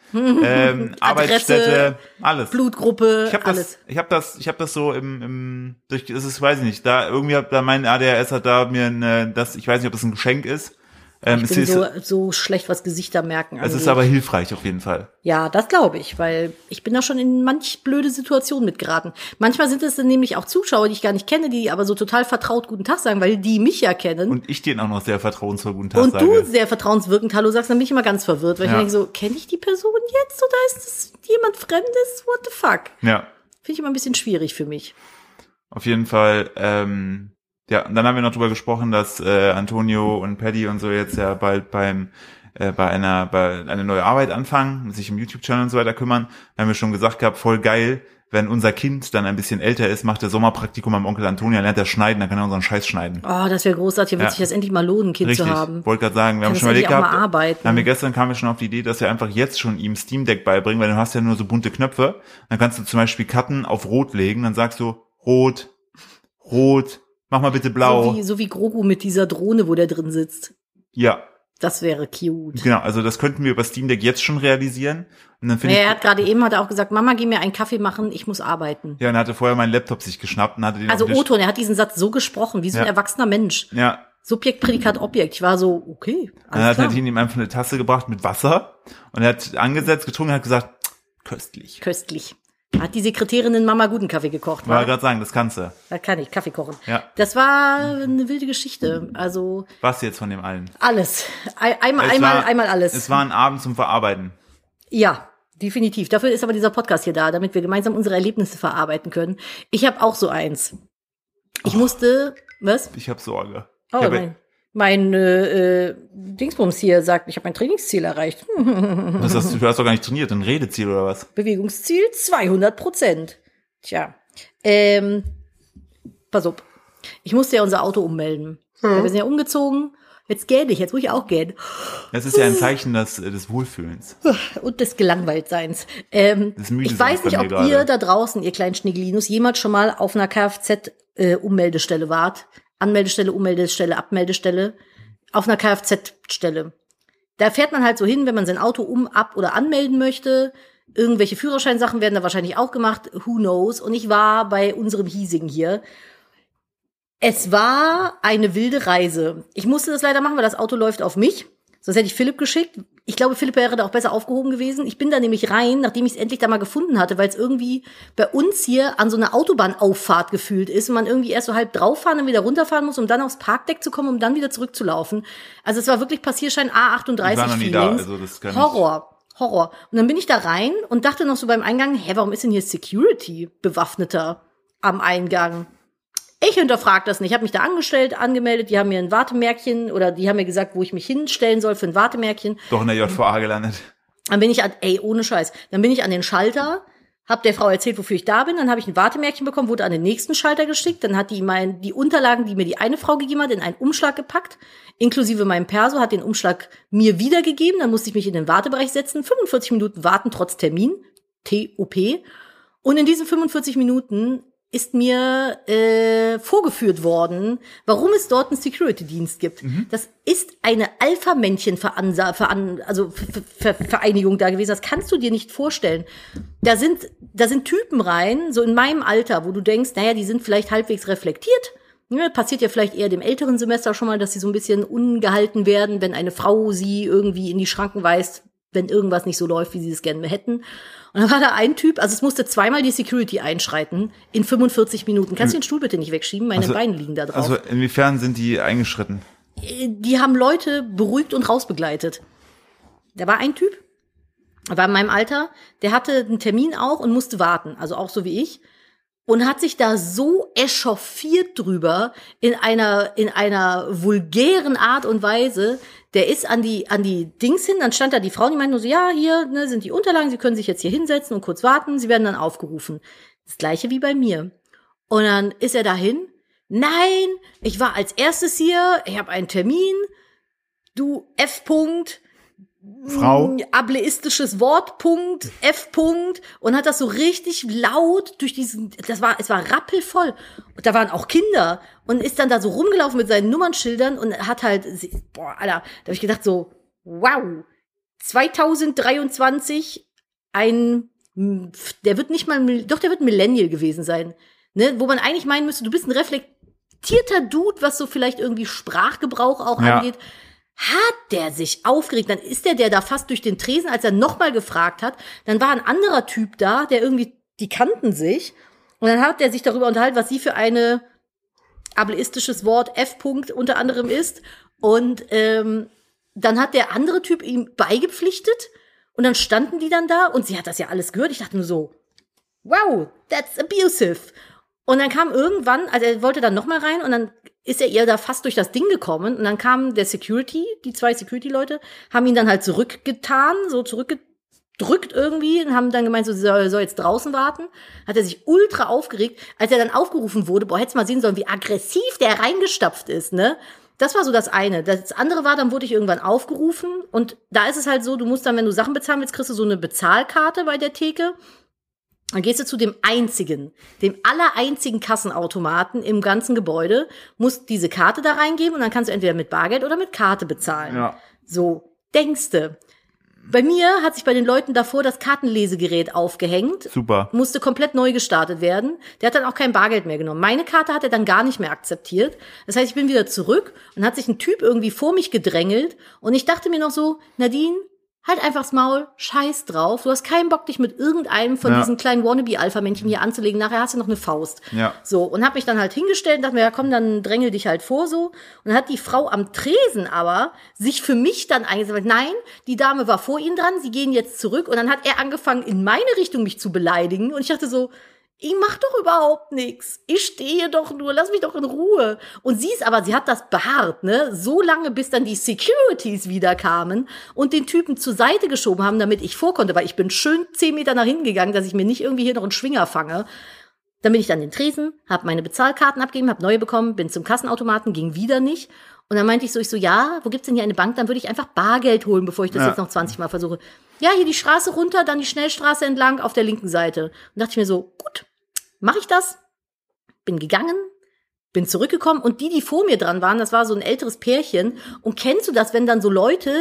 A: ähm, Arbeitsstätte, alles.
C: Blutgruppe,
A: Ich habe das,
C: alles.
A: ich habe das, ich habe das so im, im durch, es ist, weiß ich nicht, da irgendwie hat da mein ADHS hat da mir eine, das, ich weiß nicht, ob das ein Geschenk ist. Ähm,
C: Ich
A: es,
C: bin
A: ist
C: so, so schlecht, was Gesichter merken
A: es ist
C: angeht.
A: aber hilfreich auf jeden Fall.
C: Ja, das glaube ich, weil ich bin da schon in manch blöde Situationen mitgeraten. Manchmal sind es dann nämlich auch Zuschauer, die ich gar nicht kenne, die aber so total vertraut guten Tag sagen, weil die mich ja kennen. Und
A: Und ich den auch noch sehr vertrauensvoll guten Tag sage.
C: du sehr vertrauenswirkend Hallo sagst, dann bin ich immer ganz verwirrt, weil
A: Ja.
C: ich denke so, kenne ich die Person jetzt oder ist das jemand Fremdes? What the fuck?
A: ja,
C: Finde ich immer ein bisschen schwierig für mich.
A: auf jeden Fall. Ähm, ja, und dann haben wir noch drüber gesprochen, dass äh, Antonio und Paddy und so jetzt ja bald beim äh, bei einer bei einer neue Arbeit anfangen, sich im YouTube-Channel und so weiter kümmern. Da haben wir schon gesagt gehabt, voll geil, wenn unser Kind dann ein bisschen älter ist, macht er Sommerpraktikum am Onkel Antonio, lernt er schneiden, dann kann er unseren Scheiß schneiden.
C: Oh, das wäre großartig, hier wird
A: Ja.
C: sich das endlich mal lohnen, ein Kind
A: Richtig.
C: zu haben.
A: Wollte gerade sagen, wir haben
C: das
A: schon überlegt
C: endlich auch mal
A: gehabt.
C: arbeiten.
A: Dann haben wir gestern kam wir schon auf die Idee, dass wir einfach jetzt schon ihm Steam Deck beibringen, weil du hast ja nur so bunte Knöpfe. Dann kannst du zum Beispiel Karten auf Rot legen, dann sagst du Rot, Rot, mach mal bitte Blau.
C: So wie, so wie Grogu mit dieser Drohne, wo der drin sitzt.
A: ja,
C: Das wäre cute.
A: genau. Also das könnten wir über Steam Deck jetzt schon realisieren. Und dann finde
C: Er
A: ich,
C: hat gerade eben hat er auch gesagt, Mama, geh mir einen Kaffee machen, ich muss arbeiten.
A: ja, und er hatte vorher meinen Laptop sich geschnappt und hatte den
C: Also
A: auf den Tisch-
C: Oton, er hat diesen Satz so gesprochen, wie so ein
A: Ja.
C: erwachsener Mensch.
A: Ja,
C: Subjekt, Prädikat, Objekt. Ich war so, okay,
A: dann hat
C: alles klar.
A: er ihn ihm einfach eine Tasse gebracht mit Wasser und er hat angesetzt, getrunken, und hat gesagt, köstlich.
C: Köstlich. Hat die Sekretärin in Mama guten Kaffee gekocht,
A: Wollte
C: war?
A: gerade sagen, das kannst du.
C: Da kann ich Kaffee kochen.
A: Ja.
C: Das war eine wilde Geschichte. Also
A: Was jetzt von dem allen?
C: alles. Ei- Einmal,
A: Es
C: einmal,
A: war-
C: einmal alles.
A: Es war ein Abend zum Verarbeiten.
C: Ja, definitiv. Dafür ist aber dieser Podcast hier da, damit wir gemeinsam unsere Erlebnisse verarbeiten können. Ich habe auch so eins. Ich musste, was?
A: Oh. Ich habe Sorge.
C: Oh,
A: ich hab,
C: mein, mein äh, äh, Dingsbums hier sagt, ich habe mein Trainingsziel erreicht. Hm,
A: das hast, du du hast doch gar nicht trainiert, ein Redeziel oder was?
C: Bewegungsziel 200 Prozent. Tja, ähm, pass auf. Ich musste ja unser Auto ummelden.
A: Hm.
C: Weil Wir sind ja umgezogen. Jetzt gähn ich, jetzt muss ich auch gähnen.
A: Das ist ja ein Zeichen des, des Wohlfühlens.
C: und des Gelangweiltseins. Ähm,
A: Des Müdeseins
C: ich weiß nicht,
A: bei
C: ob
A: mir gerade.
C: ihr da draußen, ihr kleinen Schneegelinus, jemals schon mal auf einer Kfz-Ummeldestelle äh, wart. Anmeldestelle, Ummeldestelle, Abmeldestelle. Auf einer Kfz-Stelle. Da fährt man halt so hin, wenn man sein Auto um, ab oder anmelden möchte. Irgendwelche Führerscheinsachen werden da wahrscheinlich auch gemacht. Who knows? Und ich war bei unserem Hiesing hier. Es war eine wilde Reise. Ich musste das leider machen, weil das Auto läuft auf mich. Sonst hätte ich Philipp geschickt. Ich glaube, Philipp wäre da auch besser aufgehoben gewesen. Ich bin da nämlich rein, nachdem ich es endlich da mal gefunden hatte, weil es irgendwie bei uns hier an so einer Autobahnauffahrt gefühlt ist und man irgendwie erst so halb drauffahren, dann wieder runterfahren muss, um dann aufs Parkdeck zu kommen, um dann wieder zurückzulaufen. Also es war wirklich Passierschein
A: Ich war noch nie
C: A38-Feelings.
A: da, also das kann ich-
C: Horror. Horror. Und dann bin ich da rein und dachte noch so beim Eingang, hä, warum ist denn hier Security bewaffneter am Eingang? Ich hinterfrag das nicht. Ich habe mich da angestellt, angemeldet. Die haben mir ein Wartemärkchen oder die haben mir gesagt, wo ich mich hinstellen soll für ein Wartemärkchen.
A: Doch in der JVA gelandet.
C: Dann bin ich an, ey, ohne Scheiß. Dann bin ich an den Schalter, hab der Frau erzählt, wofür ich da bin. Dann habe ich ein Wartemärkchen bekommen, wurde an den nächsten Schalter geschickt. Dann hat die mein, die Unterlagen, die mir die eine Frau gegeben hat, in einen Umschlag gepackt, inklusive meinem Perso, hat den Umschlag mir wiedergegeben. Dann musste ich mich in den Wartebereich setzen, 45 Minuten warten trotz Termin, TOP. Und in diesen 45 Minuten ist mir äh, vorgeführt worden, warum es dort einen Security-Dienst gibt. Das ist eine Alpha-Männchen-Veransa- veran also Ver- Ver Vereinigung da gewesen. Das kannst du dir nicht vorstellen. Da sind, da sind Typen rein, so in meinem Alter, wo du denkst, naja, die sind vielleicht halbwegs reflektiert. Ne, passiert ja vielleicht eher dem älteren Semester schon mal, dass sie so ein bisschen ungehalten werden, wenn eine Frau sie irgendwie in die Schranken weist, wenn irgendwas nicht so läuft, wie sie es gerne hätten. Und dann war da ein Typ, also es musste zweimal die Security einschreiten in 45 Minuten. Kannst du den Stuhl bitte nicht wegschieben? Meine
A: Also-
C: Beine liegen da drauf.
A: Also inwiefern sind die eingeschritten?
C: die haben Leute beruhigt und rausbegleitet. Da war ein Typ, der war in meinem Alter, der hatte einen Termin auch und musste warten, also auch so wie ich. Und hat sich da so echauffiert drüber in einer, in einer vulgären Art und Weise. Der ist an die, an die Dings hin, dann stand da die Frau, die meinte nur so, ja, hier ne, sind die Unterlagen, sie können sich jetzt hier hinsetzen und kurz warten, sie werden dann aufgerufen. Das gleiche wie bei mir. Und dann ist er dahin. Nein, ich war als erstes hier, ich habe einen Termin. Du F. -Punkt, Hm,
A: Frau?
C: ableistisches Wort, Punkt, F. -Punkt, und hat das so richtig laut durch diesen, das war, es war rappelvoll. Und da waren auch Kinder und ist dann da so rumgelaufen mit seinen Nummernschildern und hat halt, boah, Alter, da habe ich gedacht so, Wow. 2023 ein, der wird nicht mal, doch der wird Millennial gewesen sein, ne? wo man eigentlich meinen müsste, du bist ein reflektierter Dude, was so vielleicht irgendwie Sprachgebrauch auch
A: Ja.
C: angeht. Hat der sich aufgeregt, dann ist der der da fast durch den Tresen, als er nochmal gefragt hat, dann war ein anderer Typ da, der irgendwie, die kannten sich und dann hat er sich darüber unterhalten, was sie für eine ableistisches Wort F-Punkt unter anderem ist. Und ähm, dann hat der andere Typ ihm beigepflichtet und dann standen die dann da und sie hat das ja alles gehört. Ich dachte nur so, wow, that's abusive. Und dann kam irgendwann, also er wollte dann nochmal rein und dann ist er ihr da fast durch das Ding gekommen und dann kam der Security, die zwei Security-Leute, haben ihn dann halt zurückgetan, so zurückgedrückt irgendwie und haben dann gemeint, so sie soll, soll jetzt draußen warten. Hat er sich ultra aufgeregt, als er dann aufgerufen wurde, boah, hättest mal sehen sollen, wie aggressiv der reingestapft ist, ne? Das war so das eine. Das andere war, dann wurde ich irgendwann aufgerufen und da ist es halt so, du musst dann, wenn du Sachen bezahlen willst, kriegst du so eine Bezahlkarte bei der Theke. Dann gehst du zu dem einzigen, dem aller einzigen Kassenautomaten im ganzen Gebäude, musst diese Karte da reingeben und dann kannst du entweder mit Bargeld oder mit Karte bezahlen.
A: Ja.
C: So, denkste. Bei mir hat sich bei den Leuten davor das Kartenlesegerät aufgehängt
A: Super.
C: musste komplett neu gestartet werden. Der hat dann auch kein Bargeld mehr genommen. Meine Karte hat er dann gar nicht mehr akzeptiert. Das heißt, ich bin wieder zurück und hat sich ein Typ irgendwie vor mich gedrängelt und ich dachte mir noch so, Nadine, halt einfach's Maul, scheiß drauf. Du hast keinen Bock, dich mit irgendeinem von
A: Ja.
C: diesen kleinen Wannabe-Alpha-Männchen hier anzulegen. Nachher hast du noch eine Faust.
A: Ja.
C: So, und hab mich dann halt hingestellt und dachte mir, ja komm, dann drängel dich halt vor so. Und dann hat die Frau am Tresen aber sich für mich dann eingesammelt. Nein, die Dame war vor ihnen dran, sie gehen jetzt zurück. Und dann hat er angefangen, in meine Richtung mich zu beleidigen. Und ich dachte so, ich mach doch überhaupt nichts. Ich stehe doch nur, lass mich doch in Ruhe. Und sie ist aber, sie hat das beharrt, ne? So lange, bis dann die Securities wieder kamen und den Typen zur Seite geschoben haben, damit ich vorkonnte, weil ich bin schön zehn Meter nach hinten gegangen, dass ich mir nicht irgendwie hier noch einen Schwinger fange. Dann bin ich an den Tresen, habe meine Bezahlkarten abgegeben, habe neue bekommen, bin zum Kassenautomaten, ging wieder nicht. Und dann meinte ich so, ich so, ja, wo gibt's denn hier eine Bank? Dann würde ich einfach Bargeld holen, bevor ich das
A: Ja.
C: jetzt noch 20 Mal versuche. Ja, hier die Straße runter, dann die Schnellstraße entlang auf der linken Seite. Und dachte ich mir so, gut, mache ich das? Bin gegangen, bin zurückgekommen und die, die vor mir dran waren, das war so ein älteres Pärchen. Und kennst du das, wenn dann so Leute,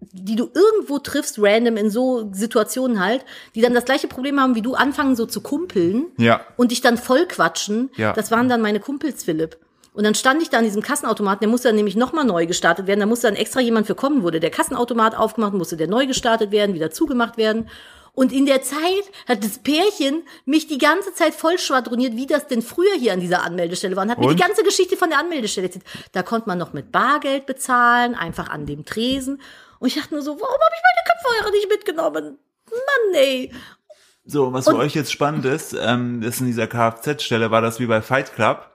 C: die du irgendwo triffst, random in so Situationen halt, die dann das gleiche Problem haben wie du, anfangen so zu kumpeln?
A: Ja.
C: und dich dann voll quatschen.
A: Ja.
C: Das waren dann meine Kumpels, Philipp. Und dann stand ich da an diesem Kassenautomaten, der musste dann nämlich nochmal neu gestartet werden, da musste dann extra jemand für kommen, wurde der Kassenautomat aufgemacht, musste der neu gestartet werden, wieder zugemacht werden. Und in der Zeit hat das Pärchen mich die ganze Zeit voll schwadroniert, wie das denn früher hier an dieser Anmeldestelle war und hat mir
A: Und?
C: die ganze Geschichte von der Anmeldestelle erzählt. Da konnte man noch mit Bargeld bezahlen, einfach an dem Tresen. Und ich dachte nur so, warum habe ich meine Kopfhörer nicht mitgenommen? Mann, ey.
A: So, was für euch jetzt spannend ist, ähm, ist in dieser Kfz-Stelle war das wie bei Fight Club.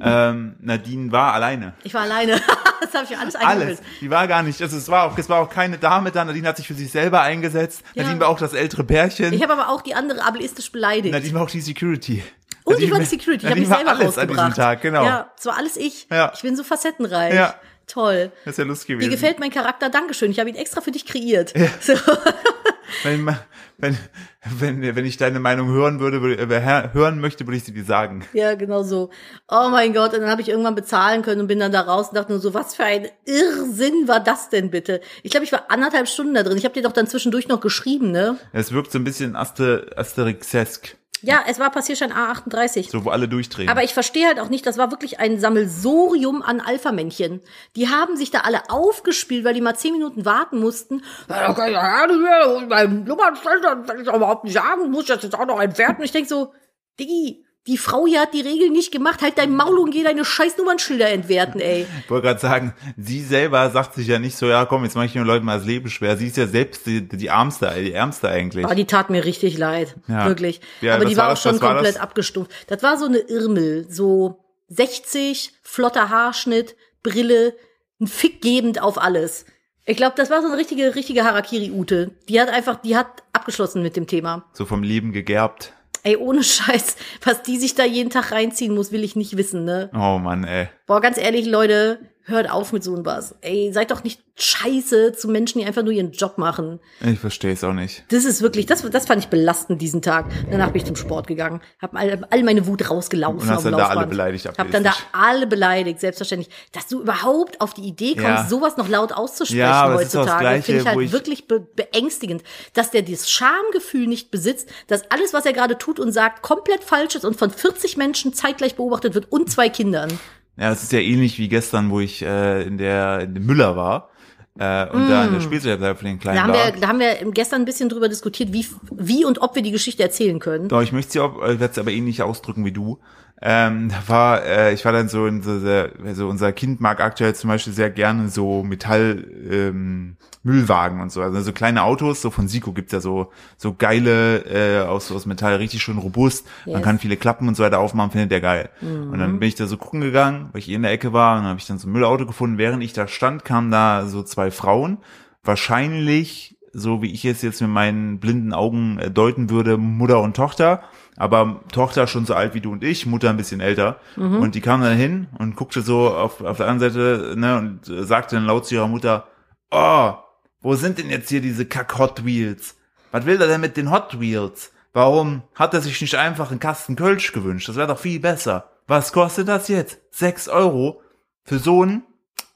A: Ähm, Nadine war alleine.
C: Ich war alleine. das habe ich mir alles eingebildet.
A: Alles. Die war gar nicht. Also es war auch, es war auch keine Dame da. Nadine hat sich für sich selber eingesetzt. Nadine war auch das ältere Pärchen.
C: Ich habe aber auch die andere ableistisch beleidigt.
A: Nadine war auch die Security.
C: und ich war Oh, die Security. Ich habe mich
A: Nadine war
C: selber
A: alles an
C: rausgebracht.
A: diesem Tag, genau.
C: Ja, es war alles ich.
A: Ja.
C: Ich bin so facettenreich.
A: Ja.
C: Toll.
A: Das ist ja lustig
C: Dir
A: gewesen.
C: gefällt mein Charakter, Dankeschön. Ich habe ihn extra für dich kreiert. So.
A: Wenn, ma- wenn, wenn, wenn ich deine Meinung hören würde, würde äh, hör- hören möchte, würde ich sie dir sagen.
C: Ja, genau so. Oh mein Gott, und dann habe ich irgendwann bezahlen können und bin dann da raus und dachte nur so, was für ein Irrsinn war das denn bitte? Ich glaube, ich war anderthalb Stunden da drin. Ich habe dir doch dann zwischendurch noch geschrieben, ne?
A: Es wirkt so ein bisschen Aster, Asterixesk,
C: Ja, es war Passierschein A38.
A: so wo alle durchdrehen.
C: Aber ich verstehe halt auch nicht, das war wirklich ein Sammelsorium an Alpha-Männchen. Die haben sich da alle aufgespielt, weil die mal zehn Minuten warten mussten. Ja, keine Ahnung, ja, und Mein Nummernstand das kann ich auch überhaupt nicht sagen, muss ich das jetzt auch noch entwerten. Ich denke so, Diggi, die Frau hier hat die Regeln nicht gemacht. Halt dein Maul und geh deine scheiß Nummernschilder entwerten, ey.
A: Ich wollte gerade sagen, sie selber sagt sich ja nicht so, ja komm, jetzt mache ich den Leuten mal das Leben schwer. Sie ist ja selbst die, die Armste, die Ärmste eigentlich.
C: Ah, die tat mir richtig leid,
A: Ja.
C: wirklich.
A: Ja,
C: Aber
A: was
C: die war,
A: war
C: auch
A: das?
C: schon
A: Was war
C: komplett
A: das?
C: abgestumpft. Das war so eine Irmel, so 60, flotter Haarschnitt, Brille, ein Fick gebend auf alles. Ich glaube, das war so eine richtige, richtige Harakiri-Ute. Die hat einfach, die hat abgeschlossen mit dem Thema.
A: So vom Leben gegerbt.
C: Ey, ohne Scheiß, was die sich da jeden Tag reinziehen muss, will ich nicht wissen, ne?
A: Oh Mann, ey.
C: Boah, ganz ehrlich, Leute, hört auf mit so einem was. Ey, seid doch nicht scheiße zu Menschen, die einfach nur ihren Job machen.
A: Ich verstehe es auch nicht.
C: Das ist wirklich, das, das fand ich belastend diesen Tag. Danach bin ich zum Sport gegangen, habe all, all meine Wut rausgelaufen.
A: Und hast dann
C: am
A: da
C: Laufband.
A: alle beleidigt,
C: Hab dann da
A: abwesend.
C: alle beleidigt, selbstverständlich. Dass du überhaupt auf die Idee kommst,
A: Ja.
C: sowas noch laut auszusprechen
A: Ja, aber es ist doch das
C: heutzutage, finde
A: Gleiche,
C: ich
A: wo
C: halt
A: ich-
C: wirklich be beängstigend, dass der dieses Schamgefühl nicht besitzt, dass alles, was er gerade tut und sagt, komplett falsch ist und von 40 Menschen zeitgleich beobachtet wird und zwei Kindern.
A: Ja, es ist ja ähnlich wie gestern, wo ich äh, in der in dem Müller war äh, und da in der Spielzeugabteilung von den
C: Mm. Da
A: Kleinen
C: haben,
A: war.
C: wir, da haben wir gestern ein bisschen drüber diskutiert, wie, wie und ob wir die Geschichte erzählen können.
A: Doch, ich möchte sie auch, ich werde es aber ähnlich ausdrücken wie du. Ähm, da war, äh, ich war dann so in so, sehr, also unser Kind mag aktuell zum Beispiel sehr gerne so Metall ähm, Müllwagen und so, also so kleine Autos, so von Sico gibt's ja so so geile äh, aus, aus Metall, richtig schön robust. Man
C: Yes.
A: kann viele Klappen und so weiter aufmachen, findet der geil. Und dann bin ich da so gucken gegangen, weil ich eh in der Ecke war, und dann habe ich dann so ein Müllauto gefunden. Während ich da stand, kamen da so zwei Frauen, wahrscheinlich so wie ich es jetzt mit meinen blinden Augen äh, deuten würde, Mutter und Tochter, aber Tochter schon so alt wie du und ich, Mutter ein bisschen älter. Und die kam dann hin und guckte so auf, auf der anderen Seite ne, und äh, sagte dann laut zu ihrer Mutter, oh, wo sind denn jetzt hier diese Kack Hot Wheels? Was will er denn mit den Hot Wheels? Warum hat er sich nicht einfach einen Kasten Kölsch gewünscht? Das wäre doch viel besser. Was kostet das jetzt? Sechs Euro für so ein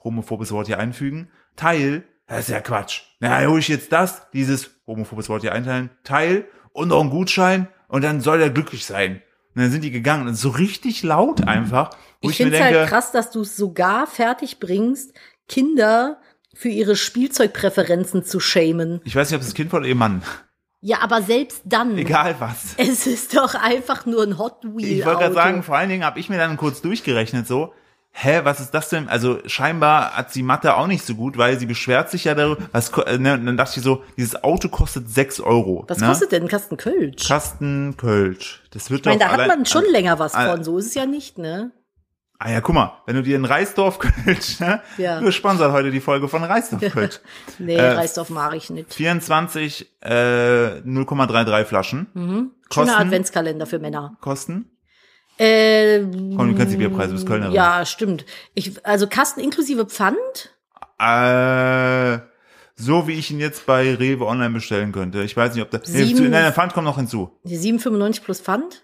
A: homophobes Wort hier einfügen, Teil, das ist ja Quatsch. Na, hole ich jetzt das, dieses homophobes Wort hier einteilen, Teil und noch einen Gutschein und dann soll er glücklich sein. Und dann sind die gegangen und so richtig laut einfach, wo
C: Ich
A: ich, mir
C: finde es
A: denke,
C: halt krass, dass du es sogar fertig bringst, Kinder für ihre Spielzeugpräferenzen zu shamen.
A: ich weiß nicht, ob es das Kind war oder ihr Mann.
C: Ja, aber selbst dann.
A: Egal was.
C: Es ist doch einfach nur ein Hot Wheel.
A: Ich wollte gerade
C: Auto.
A: sagen, vor allen Dingen habe ich mir dann kurz durchgerechnet so, hä, was ist das denn? Also scheinbar hat sie Mathe auch nicht so gut, weil sie beschwert sich ja darüber, was, ko- äh, ne, und dann dachte ich so, dieses Auto kostet sechs Euro.
C: was
A: ne?
C: kostet denn ein Kasten Kölsch?
A: Kasten Kölsch. Das wird
C: ich meine,
A: doch
C: da hat
A: allein-
C: man schon länger was
A: alle-
C: von, so ist es ja nicht, ne?
A: Ah ja, guck mal, wenn du dir in Reisdorf Kölsch, ne?
C: Ja.
A: Du sponsert heute die Folge von Reisdorf Kölsch.
C: Nee,
A: Äh,
C: Reisdorf mag ich nicht.
A: 24, äh, 0,33 Flaschen.
C: Mhm. Schöner
A: Kosten,
C: Adventskalender für Männer.
A: Kosten.
C: Äh,
A: Komm, du kennst die Bierpreise, du bist Kölnerin.
C: ja, stimmt. Ich, also Kasten inklusive Pfand?
A: Äh, so wie ich ihn jetzt bei Rewe online bestellen könnte. Ich weiß nicht, ob da. Nee,
C: Sieben-
A: zu, nein, der Pfand kommt noch hinzu.
C: Die 7,95 plus Pfand?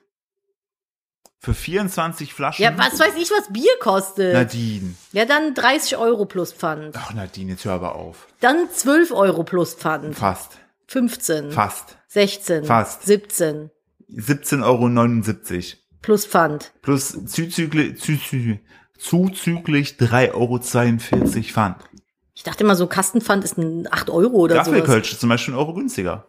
A: Für 24 Flaschen.
C: Ja, was weiß ich, was Bier kostet.
A: Nadine.
C: Ja, dann 30 Euro plus Pfand.
A: Ach, Nadine, jetzt hör aber auf.
C: Dann 12 Euro plus Pfand.
A: Fast.
C: 15.
A: Fast.
C: 16.
A: Fast.
C: 17.
A: 17,79 Euro.
C: Plus Pfand.
A: Plus zuzüglich, zuzüglich, zuzüglich 3,42 Euro Pfand.
C: Ich dachte immer, so Kastenpfand ist ein 8 Euro oder sowas.
A: Gaffelkölsch ist zum Beispiel ein Euro günstiger.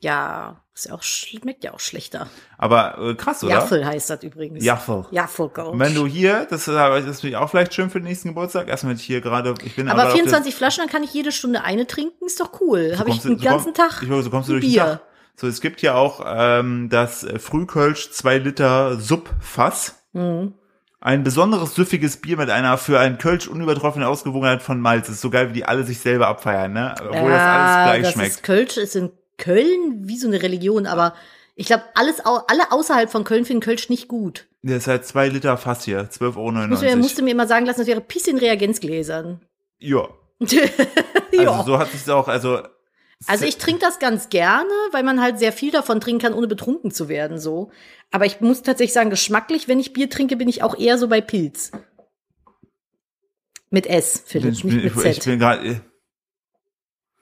C: Ja, ist ja auch, sch- schmeckt ja auch schlechter.
A: Aber äh, krass, oder?
C: Jaffel heißt das übrigens.
A: Jaffel.
C: Jaffel
A: Und wenn du hier, das, ist aber- das finde ich auch vielleicht schön für den nächsten Geburtstag, erstmal hier gerade, ich bin
C: aber
A: gerade auf der-
C: 24 Flaschen, dann kann ich jede Stunde eine trinken, ist doch cool. Habe ich
A: kommst du-
C: den ganzen
A: komm,
C: Tag
A: Ich wollte, so kommst du
C: ein
A: durch den
C: Bier.
A: Tag. So, es gibt ja auch ähm, das äh, Frühkölsch 2 Liter Subfass.
C: Hm.
A: Ein besonderes süffiges Bier mit einer für einen Kölsch unübertroffenen Ausgewogenheit von Malz. Ist so geil, wie die alle sich selber abfeiern, ne? Obwohl das
C: Ja,
A: alles gleich
C: das
A: schmeckt.
C: Ist Kölsch ist in Köln wie so eine Religion, aber ich glaube, alles au- alle außerhalb von Köln finden Kölsch nicht gut.
A: Das ist halt 2 Liter Fass hier, 12,99 Euro.
C: Ich musste, mir- musste mir immer sagen lassen, das wäre Piss in Reagenzgläsern.
A: ja.
C: ja.
A: Also so hat sich auch, also
C: Also ich trinke das ganz gerne, weil man halt sehr viel davon trinken kann, ohne betrunken zu werden, so. Aber ich muss tatsächlich sagen, geschmacklich, wenn ich Bier trinke, bin ich auch eher so bei Pilz. Mit S, Philipp,
A: ich
C: nicht
A: bin,
C: mit
A: ich,
C: Z.
A: ich bin gerade,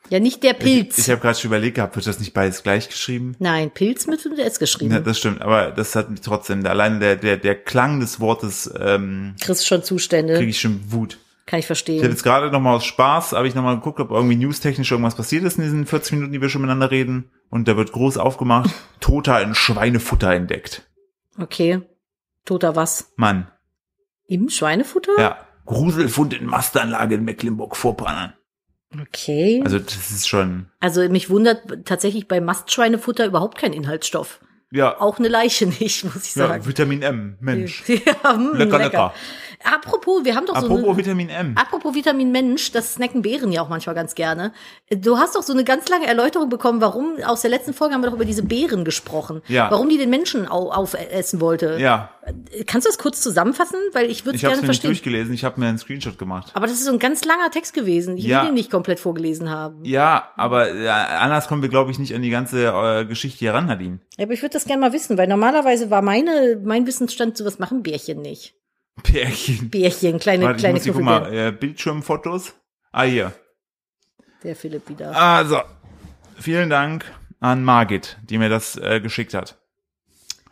C: ja, nicht der Pilz.
A: ich, ich habe gerade schon überlegt gehabt, wird das nicht beides gleich geschrieben?
C: Nein, Pilz mit S geschrieben.
A: Ja, das stimmt, aber das hat mich trotzdem, allein der, der, der Klang des Wortes ähm,
C: Kriegst schon Zustände,
A: kriege ich schon Wut.
C: kann ich
A: Ich habe
C: verstehen.
A: jetzt gerade nochmal aus Spaß, habe ich nochmal geguckt, ob irgendwie newstechnisch irgendwas passiert ist in diesen 40 Minuten, die wir schon miteinander reden. Und da wird groß aufgemacht, Toter in Schweinefutter entdeckt.
C: Okay. Toter was?
A: Mann,
C: Im Schweinefutter?
A: ja. Gruselfund in Mastanlage in Mecklenburg-Vorpommern.
C: Okay. Also,
A: Also das ist schon,
C: mich wundert tatsächlich bei Mastschweinefutter überhaupt kein Inhaltsstoff.
A: ja,
C: Auch eine Leiche nicht, muss ich
A: ja
C: sagen.
A: Vitamin M, Mensch.
C: Ja, mm,
A: Lecker, lecker.
C: Apropos, wir haben doch so
A: Apropos
C: eine-
A: Vitamin M.
C: Apropos Vitamin Mensch, das snacken Beeren ja auch manchmal ganz gerne. Du hast doch so eine ganz lange Erläuterung bekommen, warum aus der letzten Folge haben wir doch über diese Beeren gesprochen.
A: Ja.
C: Warum die den Menschen au aufessen wollte.
A: Ja,
C: Kannst du das kurz zusammenfassen? Weil ich würde es
A: ich habe
C: gerne
A: es nicht
C: verstehen.
A: durchgelesen, ich habe mir einen Screenshot gemacht.
C: Aber das ist so ein ganz langer Text gewesen. Ich
A: Ja.
C: will den nicht komplett vorgelesen haben.
A: Ja, aber äh, anders kommen wir, glaube ich, nicht an die ganze äh, Geschichte hier ran, Nadine.
C: Ja, aber ich würde das gerne mal wissen, weil normalerweise war meine, mein Wissensstand, sowas machen Bärchen nicht.
A: Pärchen.
C: Bärchen, kleine,
A: Warte, ich
C: kleine
A: muss hier, guck
C: Knuffelbären.
A: mal, äh, Bildschirmfotos. Ah, hier.
C: Der Philipp wieder.
A: Also, vielen Dank an Margit, die mir das äh, geschickt hat.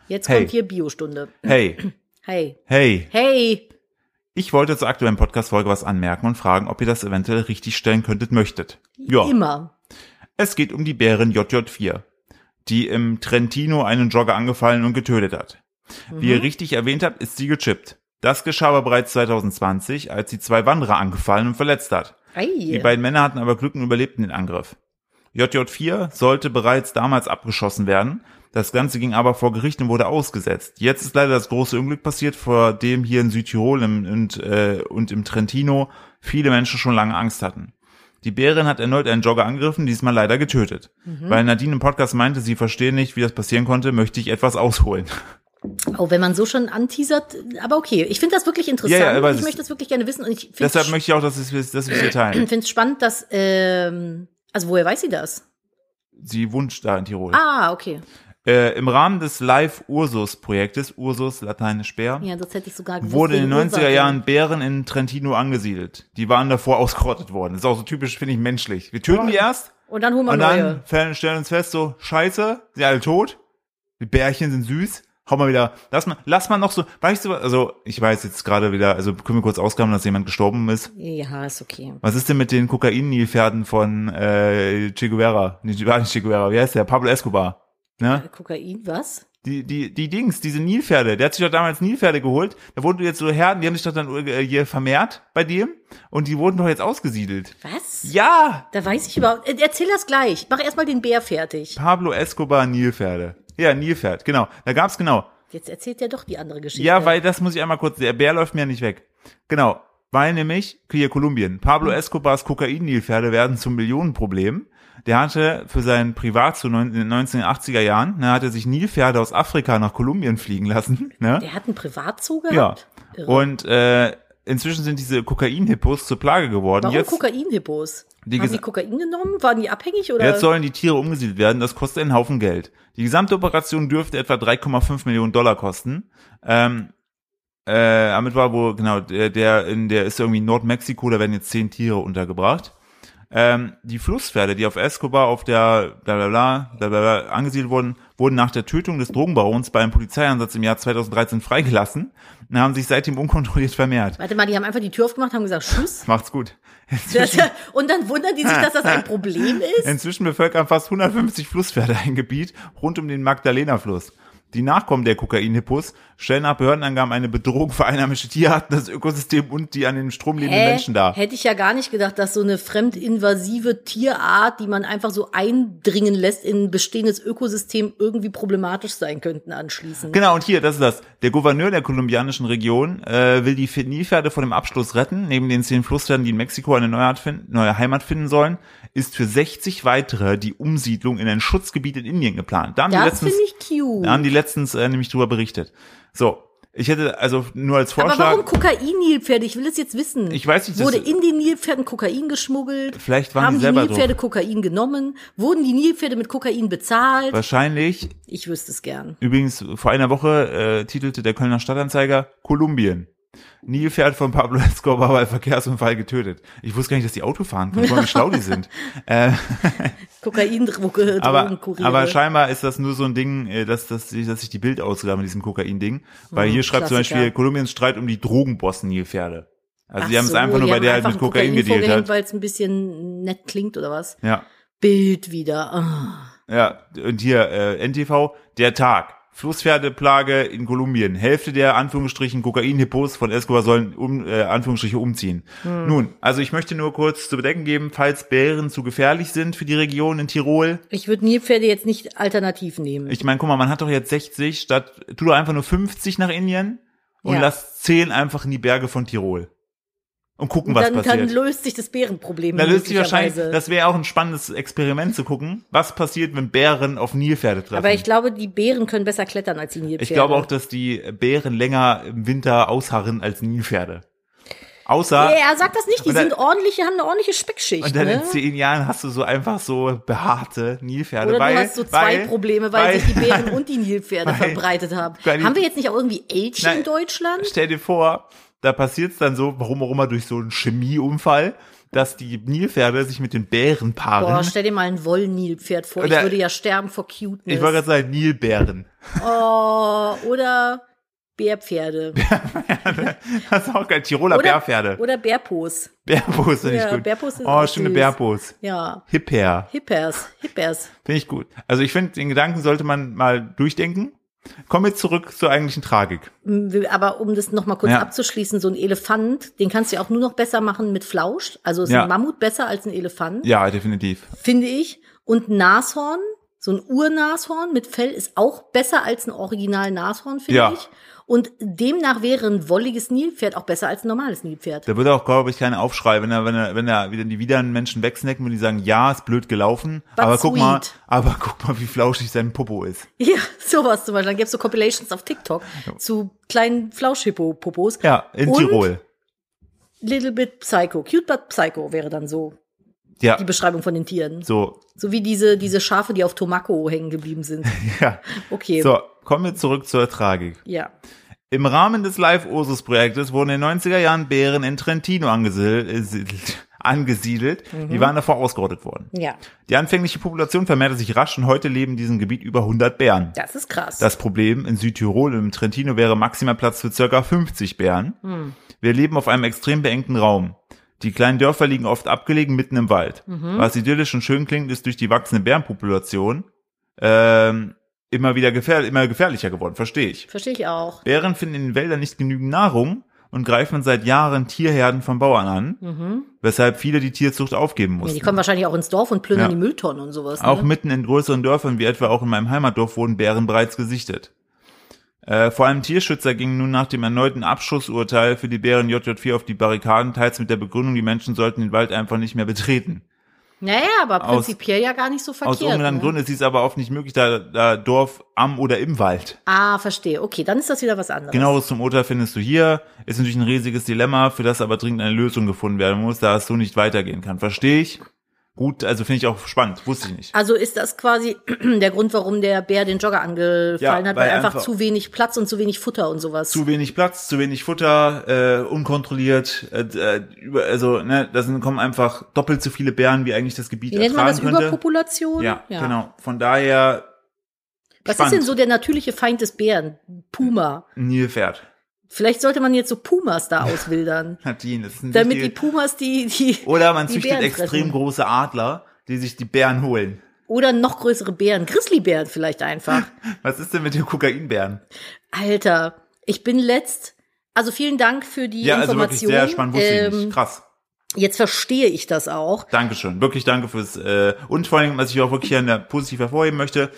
C: Jetzt
A: hey.
C: kommt hier Biostunde.
A: Hey,
C: Hey.
A: hey,
C: Hey.
A: ich wollte zur aktuellen Podcast-Folge was anmerken und fragen, ob ihr das eventuell richtig stellen könntet, möchtet. Ja.
C: Immer.
A: Es geht um die Bärin JJ4, die im Trentino einen Jogger angefallen und getötet hat. Wie
C: Mhm.
A: ihr richtig erwähnt habt, ist sie gechippt. Das geschah aber bereits 2020, als sie zwei Wanderer angefallen und verletzt hat. Die
C: Ei.
A: beiden Männer hatten aber Glück und überlebten den Angriff. JJ4 sollte bereits damals abgeschossen werden. Das Ganze ging aber vor Gericht und wurde ausgesetzt. Jetzt ist leider das große Unglück passiert, vor dem hier in Südtirol im, und, äh, und im Trentino viele Menschen schon lange Angst hatten. Die Bärin hat erneut einen Jogger angegriffen, diesmal leider getötet. Weil Nadine im Podcast meinte, sie verstehe nicht, wie das passieren konnte, möchte ich etwas ausholen.
C: Oh, wenn man so schon anteasert, aber okay. Ich finde das wirklich interessant.
A: Ja, ja, aber
C: ich
A: das-
C: möchte das wirklich gerne wissen und ich finde
A: Deshalb möchte ich auch, dass wir es dass wir es hier teilen.
C: es spannend, dass, ähm, also woher weiß sie das?
A: Sie wünscht da in Tirol.
C: Ah, okay.
A: Äh, Im Rahmen des Live-Ursus-Projektes, Ursus, lateinisch Bär,
C: Ja, das hätte ich sogar gewusst.
A: wurde in den
C: wegen Ursache.
A: 90er Jahren Bären in Trentino angesiedelt. Die waren davor ausgerottet worden. Das ist auch so typisch, finde ich, menschlich. Wir töten die erst
C: Und dann holen wir
A: und
C: neue.
A: dann fällen- stellen uns fest, so, scheiße, sind alle tot, die Bärchen sind süß, hau mal wieder, lass mal, lass mal noch so, weißt du, was- also, ich weiß jetzt gerade wieder, also können wir kurz ausklammern, dass jemand gestorben ist.
C: Ja, ist okay.
A: Was ist denn mit den Kokain-Nilpferden von äh, Che Guevara? Nee, war nicht Che Guevara, wie heißt der? Pablo Escobar. Ne?
C: Kokain, was?
A: Die, die, die Dings, diese Nilpferde, der hat sich doch damals Nilpferde geholt, da wurden jetzt so Herden, die haben sich doch dann äh, hier vermehrt bei dem und die wurden doch jetzt ausgesiedelt.
C: Was?
A: Ja,
C: Da weiß ich überhaupt. äh, Erzähl das gleich. Mach erstmal den Bär fertig.
A: Pablo Escobar Nilpferde. Ja, Nilpferd, genau. Da gab's genau.
C: Jetzt erzählt er doch die andere Geschichte.
A: Ja, weil das muss ich einmal kurz, der Bär läuft mir ja nicht weg. Genau, weil nämlich, hier Kolumbien, Pablo Escobars Kokain-Nilpferde werden zum Millionenproblem. Der hatte für sein Privat zu neun- in den 1980er Jahren, ne, hatte sich Nilpferde aus Afrika nach Kolumbien fliegen lassen. Ne?
C: Der hat einen Privatzoo
A: Ja.
C: gehabt? Irre.
A: Und äh, inzwischen sind diese Kokain-Hippos zur Plage geworden.
C: Warum
A: jetzt,
C: Kokain-Hippos?
A: Die
C: Haben
A: gesa-
C: die Kokain genommen? Waren die abhängig oder?
A: jetzt sollen die Tiere umgesiedelt werden. Das kostet einen Haufen Geld. Die gesamte Operation dürfte etwa 3,5 Millionen Dollar kosten. Ähm, äh, damit war wo genau der, der in der ist irgendwie in Nordmexiko. Da werden jetzt zehn Tiere untergebracht. Ähm, die Flusspferde, die auf Escobar auf der bla bla bla, bla bla bla angesiedelt wurden, wurden nach der Tötung des Drogenbarons bei einem Polizeieinsatz im Jahr 2013 freigelassen und haben sich seitdem unkontrolliert vermehrt.
C: Warte mal, die haben einfach die Tür aufgemacht, haben gesagt, tschüss.
A: Macht's gut.
C: Das, und dann wundern die sich, dass das ein Problem ist.
A: Inzwischen bevölkern fast 150 Flusspferde ein Gebiet rund um den Magdalena-Fluss. Die Nachkommen der Kokainhippos stellen nach Behördenangaben eine Bedrohung für einheimische Tierarten, das Ökosystem und die an den Strom lebenden
C: Hä?
A: Menschen dar.
C: Hätte ich ja gar nicht gedacht, dass so eine fremdinvasive Tierart, die man einfach so eindringen lässt in ein bestehendes Ökosystem, irgendwie problematisch sein könnten anschließend.
A: Genau, und hier, das ist das. Der Gouverneur der kolumbianischen Region äh, will die Fe- Nilpferde vor dem Abschluss retten. Neben den zehn Flusspferden, die in Mexiko eine neue, Art finden, neue Heimat finden sollen, ist für 60 weitere die Umsiedlung in ein Schutzgebiet in Indien geplant. Da haben die
C: Das
A: letztens,
C: finde ich cute.
A: da haben die letztens äh, nämlich drüber berichtet. So, ich hätte also nur als Vorschlag...
C: Aber warum Kokain-Nilpferde? Ich will es jetzt wissen.
A: Ich weiß nicht, das-
C: Wurde in den Nilpferden Kokain geschmuggelt?
A: Vielleicht waren
C: Haben
A: die selber
C: Nilpferde Kokain genommen? Wurden die Nilpferde mit Kokain bezahlt?
A: Wahrscheinlich,
C: Ich wüsste es gern.
A: übrigens vor einer Woche äh, titelte der Kölner Stadtanzeiger Kolumbien. Nilpferd von Pablo Escobar bei Verkehrsunfall getötet. Ich wusste gar nicht, dass die Auto fahren können, weil wie schlau die sind.
C: Kokaindrucke,
A: Aber,
C: Drogenkuriere.
A: aber scheinbar ist das nur so ein Ding, äh, dass, dass, sich- dass sich die Bildausgabe mit diesem Kokain-Ding, weil hier schreibt zum
C: Mhm, Klassiker.
A: Beispiel Kolumbiens Streit um die Drogenbossen Nilpferde. Also
C: Ach
A: die haben es
C: so,
A: einfach nur
C: die
A: bei
C: haben
A: der halt mit
C: einfach ein
A: Kokain gedealt
C: vorgehängt,
A: hat.
C: Weil es ein bisschen nett klingt oder was?
A: Ja.
C: Bild wieder. Ah.
A: Ja, und hier äh, NTV, der Tag. Flusspferdeplage in Kolumbien. Hälfte der Anführungsstrichen Kokain-Hippos von Escobar sollen um, äh, Anführungsstriche umziehen.
C: Hm.
A: Nun, also ich möchte nur kurz zu bedenken geben, falls Bären zu gefährlich sind für die Region in Tirol.
C: Ich würde Nilpferde jetzt nicht alternativ nehmen.
A: Ich meine, guck mal, man hat doch jetzt 60 statt, tu doch einfach nur 50 nach Indien und
C: Ja.
A: lasst zehn einfach in die Berge von Tirol. Und gucken,
C: Und
A: was
C: dann,
A: passiert.
C: dann löst sich das Bärenproblem.
A: da löst sich wahrscheinlich,
C: möglicherweise.
A: das wäre auch ein spannendes Experiment zu gucken, was passiert, wenn Bären auf Nilpferde treffen.
C: Aber ich glaube, die Bären können besser klettern als die Nilpferde.
A: Ich glaube auch, dass die Bären länger im Winter ausharren als Nilpferde. Außer,
C: Ja, sag das nicht. Die
A: Und dann-
C: sind ordentliche, haben eine ordentliche Speckschicht.
A: und dann
C: ne?
A: in zehn Jahren hast du so einfach so behaarte Nilpferde.
C: Oder
A: weil,
C: du hast so zwei
A: weil,
C: Probleme, weil, sich die Bären und die
A: weil-
C: Nilpferde verbreitet haben.
A: weil die-
C: haben wir jetzt nicht auch irgendwie Elche
A: Nein.
C: in Deutschland?
A: Stell dir vor, da passiert es dann so, warum auch immer, durch so einen Chemieunfall, dass die Nilpferde sich mit den Bären paaren.
C: Boah, stell dir mal ein Wollnilpferd vor.
A: Oder-
C: ich würde ja sterben vor Cuteness.
A: ich wollte gerade sagen, Nilbären.
C: oh, oder Bärpferde.
A: Das ist auch geil. Tiroler
C: oder,
A: Bärpferde.
C: Oder Bärpos.
A: Bärpos finde ich
C: Ja,
A: gut.
C: Bärpos sind
A: oh,
C: auch
A: schöne
C: süß.
A: Bärpos.
C: Ja.
A: Hipper.
C: Hippers, Hippers.
A: Finde ich gut. Also ich finde, den Gedanken sollte man mal durchdenken. Kommen wir zurück zur eigentlichen Tragik.
C: Mm, Aber um das nochmal kurz
A: Ja.
C: abzuschließen, so ein Elefant, den kannst du ja auch nur noch besser machen mit Flausch. Also ist
A: Ja.
C: ein Mammut besser als ein Elefant,
A: Ja, definitiv.
C: finde ich. Und ein Nashorn, so ein Urnashorn mit Fell ist auch besser als ein original Nashorn, finde
A: Ja.
C: ich. Und demnach wäre ein wolliges Nilpferd auch besser als ein normales Nilpferd.
A: Da würde auch, glaube ich, keinen Aufschrei, wenn er, wenn er, wenn er wieder die wieder einen Menschen wegsnacken und die sagen, ja, ist blöd gelaufen,
C: But
A: aber guck mal,
C: sweet.
A: aber guck mal, wie flauschig sein Popo ist.
C: Ja, sowas zum Beispiel. Dann gäbe es so Compilations auf TikTok zu kleinen Flauschhippo-Popos.
A: Ja, in
C: Und
A: Tirol.
C: Little bit Psycho. Cute but Psycho wäre dann so
A: Ja,
C: die Beschreibung von den Tieren.
A: so,
C: So wie diese, diese Schafe, die auf Tomako hängen geblieben sind.
A: ja.
C: Okay.
A: So, kommen wir zurück zur Tragik.
C: Ja.
A: Im Rahmen des Live-Ursus-Projektes wurden in den 90er Jahren Bären in Trentino angesiedelt. angesiedelt.
C: Mhm.
A: Die waren davor ausgerottet worden.
C: Ja.
A: Die anfängliche Population vermehrte sich rasch und heute leben in diesem Gebiet über 100 Bären.
C: Das ist krass.
A: Das Problem in Südtirol und im Trentino wäre maximal Platz für circa 50 Bären.
C: Hm.
A: Wir leben auf einem extrem beengten Raum. Die kleinen Dörfer liegen oft abgelegen mitten im Wald.
C: Mhm.
A: Was idyllisch und schön klingt, ist durch die wachsende Bärenpopulation ähm, immer wieder gefähr immer gefährlicher geworden, verstehe ich.
C: Verstehe ich auch.
A: Bären finden in den Wäldern nicht genügend Nahrung und greifen seit Jahren Tierherden von Bauern an, weshalb viele die Tierzucht aufgeben
C: Ja, Mhm. die
A: mussten.
C: kommen wahrscheinlich auch ins Dorf und plündern
A: Ja.
C: die Mülltonnen und sowas.
A: Auch
C: ne?
A: mitten in größeren Dörfern, wie etwa auch in meinem Heimatdorf, wurden Bären bereits gesichtet. Äh, vor allem Tierschützer gingen nun nach dem erneuten Abschussurteil für die Bären JJ4 auf die Barrikaden, teils mit der Begründung, die Menschen sollten den Wald einfach nicht mehr betreten.
C: Naja, aber
A: Aus-
C: prinzipiell ja gar nicht so
A: Aus
C: verkehrt.
A: ungenannten
C: ne?
A: Gründen ist dies aber oft nicht möglich, da, da Dorf am oder im Wald.
C: Ah, verstehe. Okay, dann ist das wieder was anderes.
A: Genaueres zum Urteil findest du hier. Ist natürlich ein riesiges Dilemma, für das aber dringend eine Lösung gefunden werden muss, da es so nicht weitergehen kann. Verstehe ich? Gut, also finde ich auch spannend. Wusste ich nicht.
C: Also ist das quasi der Grund, warum der Bär den Jogger angefallen
A: Ja,
C: hat, weil,
A: weil
C: einfach
A: einfach-
C: zu wenig Platz und zu wenig Futter und sowas.
A: zu wenig Platz, zu wenig Futter, äh, unkontrolliert, äh, äh, über, also ne, da sind, kommen einfach doppelt so viele Bären, wie eigentlich das Gebiet
C: Wie nennt man
A: ertragen
C: das?
A: könnte.
C: Überpopulation?
A: Ja, genau. Von daher
C: Was
A: Spannend.
C: ist denn so der natürliche Feind des Bären? Puma.
A: ein Nilpferd.
C: Vielleicht sollte man jetzt so Pumas da auswildern.
A: Nadine, das sind
C: damit die
A: nicht
C: Pumas die, die
A: Oder man
C: die
A: züchtet
C: Bären
A: extrem
C: fressen.
A: große Adler, die sich die Bären holen.
C: Oder noch größere Bären, Grizzlybären vielleicht einfach.
A: Was ist denn mit den Kokainbären?
C: Alter, ich bin letzt. Also vielen Dank für die
A: Ja, also wirklich
C: Information.
A: sehr spannend, wusste ich
C: Ähm,
A: nicht. Krass.
C: Jetzt verstehe ich das auch.
A: Dankeschön. Wirklich danke fürs äh, und vor allem, was ich auch wirklich hier an der positiv hervorheben möchte,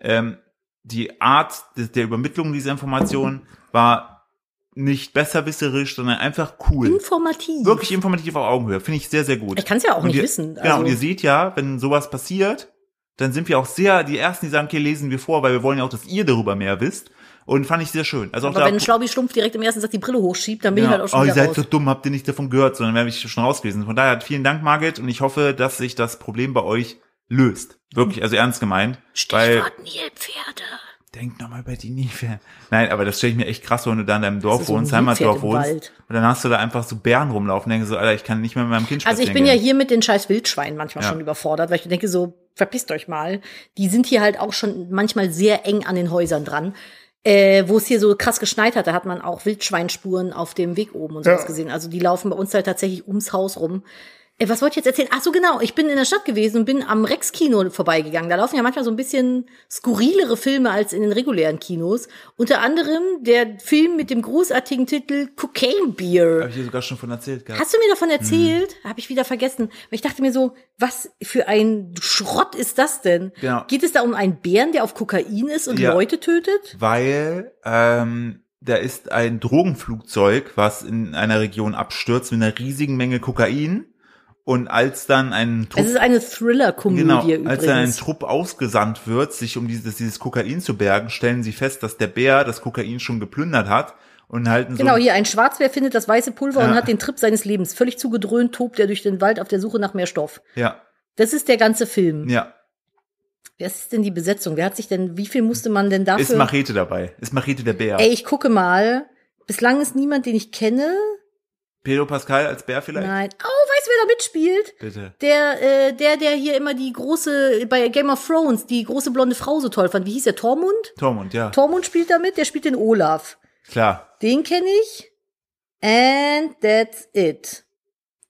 A: ähm, die Art des, der Übermittlung dieser Informationen war nicht besserwisserisch, sondern einfach cool.
C: Informativ.
A: Wirklich informativ auf Augenhöhe. Finde ich sehr, sehr gut.
C: Mhm. Ich kann es ja auch
A: Und
C: nicht
A: ihr,
C: wissen.
A: Genau,
C: Also,
A: und ihr seht ja, wenn sowas passiert, dann sind wir auch sehr die Ersten, die sagen, okay, lesen wir vor, weil wir wollen ja auch, dass ihr darüber mehr wisst. Und fand ich sehr schön. Also auch
C: aber
A: da,
C: wenn ein Schlaubi Schlumpf direkt im ersten Satz die Brille hochschiebt, dann bin ich halt auch schon
A: oh, ihr
C: wieder
A: seid
C: raus.
A: so dumm, habt ihr nicht davon gehört, sondern wäre ich schon rausgewesen. Von daher vielen Dank, Margit, und ich hoffe, dass sich das Problem bei euch löst. Wirklich, also ernst gemeint. Weil,
C: Stichwort Nilpferde.
A: denk nochmal über die Niefe. Nein, aber das stelle ich mir echt krass vor, wenn du da in deinem Dorf
C: ist so ein
A: wohnst, Heimatdorf
C: Nilpferd im
A: wohnst.
C: Wald.
A: Und dann hast du da einfach so Bären rumlaufen, denkst so, Alter, ich kann nicht mehr mit meinem Kind
C: Also ich
A: spazieren
C: bin ja
A: gehen.
C: hier mit den scheiß Wildschweinen manchmal
A: Ja.
C: schon überfordert, weil ich denke so, verpisst euch mal. Die sind hier halt auch schon manchmal sehr eng an den Häusern dran. Äh, wo es hier so krass geschneit hat, da hat man auch Wildschweinspuren auf dem Weg oben und sowas gesehen. Also die laufen bei uns halt tatsächlich ums Haus rum. Äh, was wollte ich jetzt erzählen? Ach so, genau. Ich bin in der Stadt gewesen und bin am Rex-Kino vorbeigegangen. Da laufen ja manchmal so ein bisschen skurrilere Filme als in den regulären Kinos. Unter anderem der Film mit dem großartigen Titel Cocaine Beer.
A: Hab ich hier sogar schon von erzählt gehabt.
C: Hast du mir davon erzählt? Hab Habe ich wieder vergessen. Aber ich dachte mir so, was für ein Schrott ist das denn?
A: Genau.
C: Geht es da um einen Bären, der auf Kokain ist und
A: Ja.
C: Leute tötet?
A: Weil ähm, da ist ein Drogenflugzeug, was in einer Region abstürzt mit einer riesigen Menge Kokain. Und als dann ein Trupp,
C: Es ist eine Thriller-Komödie
A: genau,
C: übrigens.
A: als dann ein Trupp ausgesandt wird, sich um dieses, dieses Kokain zu bergen, stellen sie fest, dass der Bär das Kokain schon geplündert hat und halten
C: Genau,
A: so
C: hier ein Schwarzbär findet das weiße Pulver
A: Ja.
C: und hat den Trip seines Lebens. Völlig zugedröhnt tobt er durch den Wald auf der Suche nach mehr Stoff.
A: ja,
C: Das ist der ganze Film.
A: ja,
C: Wer ist denn die Besetzung? Wer hat sich denn, wie viel musste man denn
A: ist
C: dafür?
A: Machete dabei, ist Machete der Bär.
C: Ey, ich gucke mal. Bislang ist niemand, den ich kenne.
A: Pedro Pascal als Bär vielleicht?
C: Nein. Oh, weißt du, wer da mitspielt?
A: Bitte.
C: Der, äh, der, der hier immer die große, bei Game of Thrones, die große blonde Frau so toll fand. Wie hieß der? Tormund?
A: Tormund, ja,
C: Tormund spielt da mit, der spielt den Olaf.
A: klar.
C: Den kenne ich. And that's it.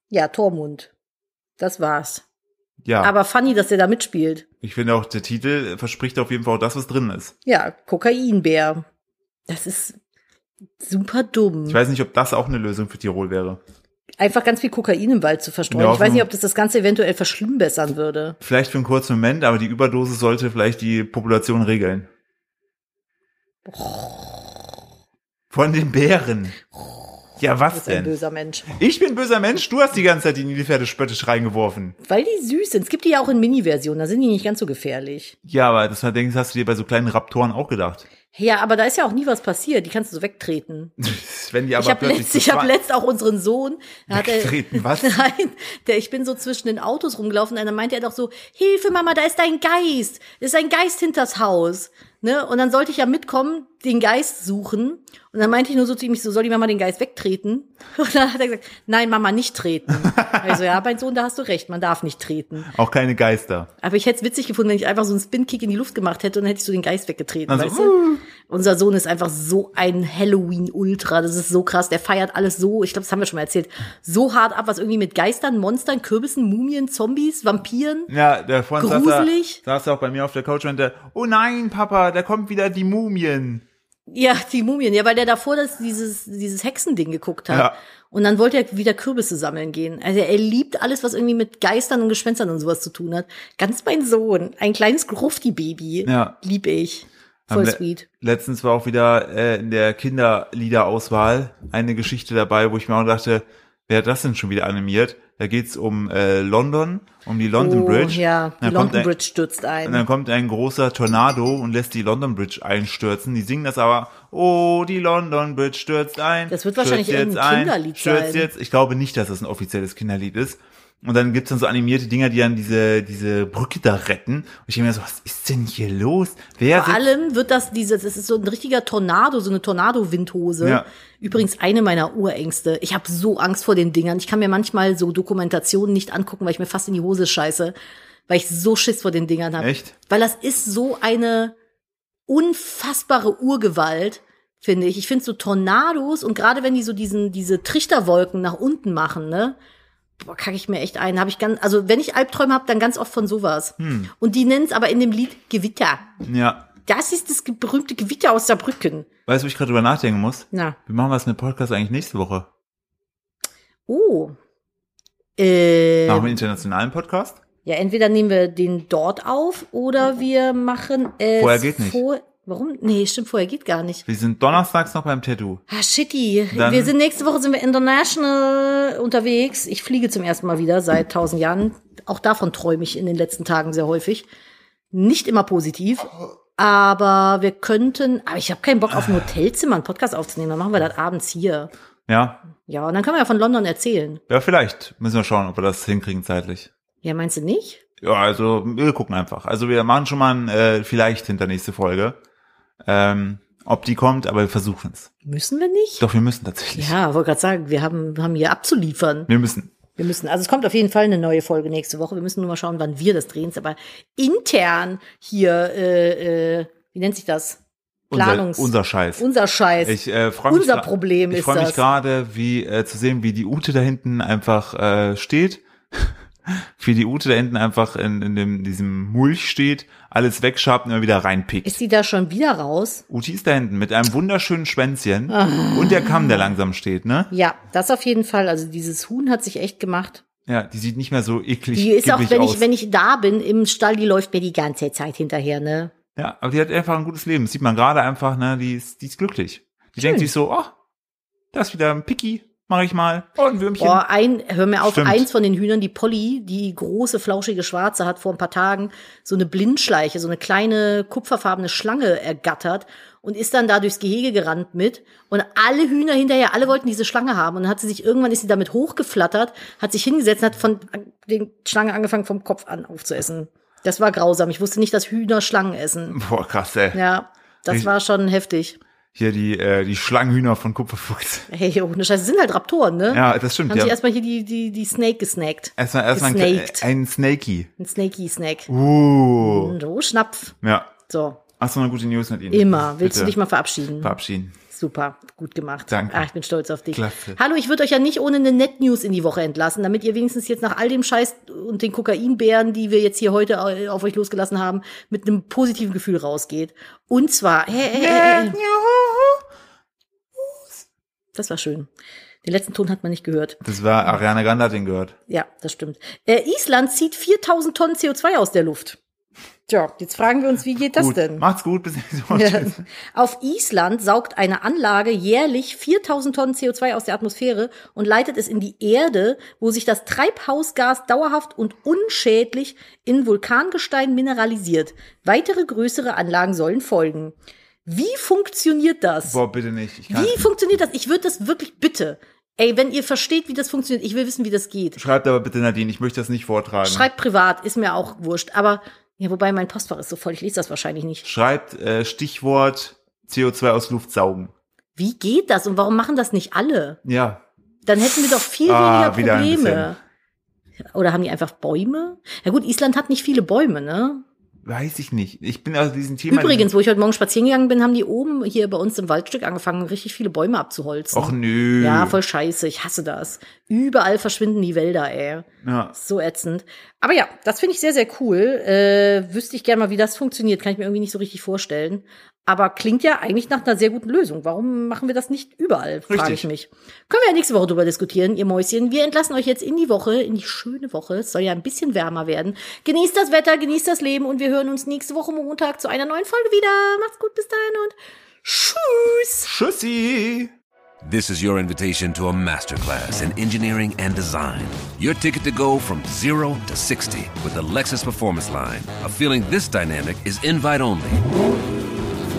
C: Ja, Tormund. Das war's.
A: Ja,
C: Aber funny, dass der da mitspielt.
A: ich finde auch, der Titel verspricht auf jeden Fall auch das, was drin ist.
C: Ja, Kokainbär. Das ist super dumm.
A: Ich weiß nicht, ob das auch eine Lösung für Tirol wäre.
C: Einfach ganz viel Kokain im Wald zu verstreuen.
A: Ja,
C: ich weiß
A: auf-
C: nicht, ob das das Ganze eventuell verschlimmbessern würde.
A: Vielleicht für einen kurzen Moment, aber die Überdosis sollte vielleicht die Population regeln. Von den Bären. Ja,
C: Das
A: was
C: ist ein
A: denn?
C: böser Mensch.
A: Ich bin ein böser Mensch, du hast die ganze Zeit die Nilpferde spöttisch reingeworfen.
C: Weil die süß sind. Es gibt die ja auch in Mini-Versionen, da sind die nicht ganz so gefährlich.
A: Ja, aber das denkst, hast du dir bei so kleinen Raptoren auch gedacht.
C: Ja, aber da ist ja auch nie was passiert. Die kannst du so wegtreten.
A: Wenn die aber
C: ich habe
A: plötzlich
C: letzt,
A: zu
C: ich hab
A: zweit-
C: letzt auch unseren Sohn, da hat er,
A: Wegtreten, was?
C: nein, der, ich bin so zwischen den Autos rumgelaufen und dann meinte er doch so, Hilfe Mama, da ist ein Geist, da ist ein Geist hinters Haus, ne? Und dann sollte ich ja mitkommen, den Geist suchen und dann meinte ich nur so zu ihm, ich so, soll die Mama den Geist wegtreten? Und dann hat er gesagt, nein Mama, nicht treten. also ja, mein Sohn, da hast du recht, man darf nicht treten.
A: Auch keine Geister.
C: Aber ich hätte es witzig gefunden, wenn ich einfach so einen Spin-Kick in die Luft gemacht hätte und dann hätte ich so den Geist weggetreten.
A: Also,
C: weißt du? Unser Sohn ist einfach so ein Halloween-Ultra. Das ist so krass. Der feiert alles so, ich glaube, das haben wir schon mal erzählt, so hart ab, was irgendwie mit Geistern, Monstern, Kürbissen, Mumien, Zombies, Vampiren.
A: Ja, der vorhin saß er,
C: Gruselig.
A: saß er auch bei mir auf der Couch und meinte, oh nein, Papa, da kommt wieder die Mumien.
C: Ja, die Mumien. Ja, weil der davor das, dieses, dieses Hexending geguckt hat.
A: Ja.
C: Und dann wollte er wieder Kürbisse sammeln gehen. Also er liebt alles, was irgendwie mit Geistern und Gespenstern und sowas zu tun hat. Ganz mein Sohn. Ein kleines Grufti-Baby.
A: Ja.
C: Lieb ich. Voll
A: Am le-
C: sweet.
A: Letztens war auch wieder äh, in der Kinderliederauswahl eine Geschichte dabei, wo ich mir auch dachte, wer hat das denn schon wieder animiert? Da geht's um äh, London, um die London
C: oh,
A: Bridge.
C: Ja, die
A: Dann kommt
C: London
A: ein-
C: Bridge stürzt ein.
A: Und dann kommt ein großer Tornado und lässt die London Bridge einstürzen. Die singen das aber, oh, die London Bridge stürzt ein.
C: Das wird
A: stürzt
C: wahrscheinlich
A: jetzt
C: irgendein
A: ein,
C: Kinderlied
A: stürzt
C: sein.
A: jetzt. Ich glaube nicht, dass das ein offizielles Kinderlied ist. Und dann gibt's dann so animierte Dinger, die dann diese, diese Brücke da retten. Und ich denke mir so, was ist denn hier los? Wer
C: Vor
A: sitzt
C: allem wird das dieses, es ist so ein richtiger Tornado, so eine Tornado-Windhose.
A: Ja.
C: Übrigens eine meiner Urängste. Ich habe so Angst vor den Dingern. Ich kann mir manchmal so Dokumentationen nicht angucken, weil ich mir fast in die Hose scheiße, weil ich so Schiss vor den Dingern habe.
A: Echt?
C: Weil das ist so eine unfassbare Urgewalt, finde ich. Ich finde so Tornados und gerade wenn die so diesen, diese Trichterwolken nach unten machen, ne? Boah, kacke ich mir echt ein. Hab ich ganz, also wenn ich Albträume habe, dann ganz oft von sowas.
A: Hm.
C: Und die nennen es aber in dem Lied Gewitter.
A: Ja.
C: Das ist das ge- berühmte Gewitter aus Saarbrücken.
A: Weißt du, wo ich gerade drüber nachdenken muss?
C: Na.
A: Wir machen was mit Podcast eigentlich nächste Woche.
C: Oh.
A: Machen wir einen
C: Äh,
A: internationalen Podcast?
C: ja, entweder nehmen wir den dort auf oder wir machen es.
A: Vorher geht nicht.
C: vor- Warum? Nee, stimmt, vorher geht gar nicht.
A: Wir sind donnerstags noch beim Tattoo.
C: Ah, shitty.
A: Dann-
C: wir sind nächste Woche sind wir international unterwegs. Ich fliege zum ersten Mal wieder seit tausend Jahren. Auch davon träume ich in den letzten Tagen sehr häufig. Nicht immer positiv. Aber wir könnten, aber ich habe keinen Bock auf ein Hotelzimmer, einen Podcast aufzunehmen. Dann machen wir das abends hier.
A: Ja.
C: Ja, und dann können wir ja von London erzählen.
A: Ja, vielleicht. Müssen wir schauen, ob wir das hinkriegen zeitlich.
C: Ja, meinst du nicht?
A: Ja, also wir gucken einfach. Also wir machen schon mal ein äh, vielleicht hinter nächste Folge. Ähm, ob die kommt, aber wir versuchen es.
C: Müssen wir nicht?
A: Doch, wir müssen tatsächlich.
C: Ja, wollte gerade sagen, wir haben, wir haben hier abzuliefern.
A: Wir müssen.
C: Wir müssen, also es kommt auf jeden Fall eine neue Folge nächste Woche. Wir müssen nur mal schauen, wann wir das drehen. Aber intern hier, äh, äh, wie nennt sich das? Planungs.
A: Unser, unser Scheiß.
C: unser Scheiß.
A: ich äh, freu mich
C: unser
A: gra-
C: Problem
A: Ich
C: ist
A: freue mich
C: das.
A: gerade, wie äh, zu sehen, wie die Ute da hinten einfach äh, steht. wie die Ute da hinten einfach in, in dem, diesem Mulch steht, alles wegschabt und immer wieder reinpickt.
C: Ist sie da schon wieder raus?
A: Uti ist da hinten mit einem wunderschönen Schwänzchen
C: Ah.
A: und der Kamm, der langsam steht, ne?
C: Ja, das auf jeden Fall. Also dieses Huhn hat sich echt gemacht.
A: Ja, die sieht nicht mehr so eklig
C: Die ist auch,
A: gibbig
C: wenn
A: aus.
C: ich, wenn ich da bin im Stall, die läuft mir die ganze Zeit hinterher, ne?
A: ja, aber die hat einfach ein gutes Leben. Das sieht man gerade einfach, ne? Die ist, die ist glücklich. Die denkt sich so, oh, das ist wieder ein Picky, mache ich mal. Oh, ein Würmchen.
C: Boah, ein, hör mir auf,
A: Stimmt.
C: eins von den Hühnern, die Polly, die große, flauschige Schwarze, hat vor ein paar Tagen so eine Blindschleiche, so eine kleine, kupferfarbene Schlange ergattert und ist dann da durchs Gehege gerannt mit. Und alle Hühner hinterher, alle wollten diese Schlange haben. Und dann hat sie sich, irgendwann ist sie damit hochgeflattert, hat sich hingesetzt und hat von den Schlange angefangen, vom Kopf an aufzuessen. Das war grausam. Ich wusste nicht, dass Hühner Schlangen essen.
A: Boah, krass, ey.
C: Ja, das
A: Ich-
C: war schon heftig.
A: Hier die, äh, die Schlangenhühner von Kupferfuchs.
C: Hey, ohne Scheiße, sind halt Raptoren, ne?
A: Ja, das stimmt,
C: Haben
A: ja.
C: sie erstmal hier die, die, die Snake gesnackt.
A: Erstmal, erstmal ein, äh,
C: gesnaked.
A: ein Snakey.
C: Ein Snakey-Snack.
A: Uh.
C: So, Schnapf.
A: Ja.
C: So,
A: Ach so, eine gute News mit Ihnen.
C: immer. Willst
A: Bitte
C: du dich mal verabschieden?
A: verabschieden?
C: Super, gut gemacht.
A: Danke.
C: Ah, ich bin stolz auf dich.
A: Klasse.
C: Hallo, ich würde euch ja nicht ohne eine Net News in die Woche entlassen, damit ihr wenigstens jetzt nach all dem Scheiß und den Kokainbären, die wir jetzt hier heute au- auf euch losgelassen haben, mit einem positiven Gefühl rausgeht. Und zwar, hey, hey, hey, hey. das war schön. Den letzten Ton hat man nicht gehört.
A: Das war Ariana Grande hat den gehört.
C: Ja, das stimmt. Äh, Island zieht 4000 Tonnen CO2 aus der Luft. Tja, jetzt fragen wir uns, wie geht das
A: gut.
C: denn?
A: Macht's gut, bis nächste Woche.
C: Ja.
A: Tschüss.
C: Auf Island saugt eine Anlage jährlich 4000 Tonnen CO2 aus der Atmosphäre und leitet es in die Erde, wo sich das Treibhausgas dauerhaft und unschädlich in Vulkangestein mineralisiert. Weitere größere Anlagen sollen folgen. Wie funktioniert das?
A: Boah, bitte nicht. Ich kann
C: Wie funktioniert das? Ich würde das wirklich bitte. Ey, wenn ihr versteht, wie das funktioniert, ich will wissen, wie das geht.
A: Schreibt aber bitte Nadine, ich möchte das nicht vortragen.
C: Schreibt privat, ist mir auch wurscht. Aber ja, wobei mein Postfach ist so voll, ich lese das wahrscheinlich nicht.
A: Schreibt äh, Stichwort CO2 aus Luft saugen.
C: Wie geht das und warum machen das nicht alle?
A: Ja.
C: Dann hätten wir doch viel
A: Ah, wieder
C: weniger
A: ein
C: Probleme. Oder haben die einfach Bäume? Ja gut, Island hat nicht viele Bäume, ne?
A: Weiß ich nicht. Ich bin aus diesem Thema.
C: Übrigens, wo ich heute Morgen spazieren gegangen bin, haben die oben hier bei uns im Waldstück angefangen, richtig viele Bäume abzuholzen.
A: Och nö.
C: ja, voll scheiße, ich hasse das. Überall verschwinden die Wälder, ey.
A: Ja.
C: So ätzend. Aber ja, das finde ich sehr, sehr cool. Äh, wüsste ich gerne mal, wie das funktioniert. Kann ich mir irgendwie nicht so richtig vorstellen. Aber klingt ja eigentlich nach einer sehr guten Lösung. Warum machen wir das nicht überall, frage ich
A: Richtig.
C: mich. Können wir ja nächste Woche drüber diskutieren, ihr Mäuschen. Wir entlassen euch jetzt in die Woche, in die schöne Woche. Es soll ja ein bisschen wärmer werden. Genießt das Wetter, genießt das Leben und wir hören uns nächste Woche Montag zu einer neuen Folge wieder. Macht's gut, bis dahin und tschüss!
A: Tschüssi.
E: This is your invitation to a masterclass in engineering and design. Your ticket to go from zero to 60 with the Lexus Performance Line. A feeling this dynamic is invite only.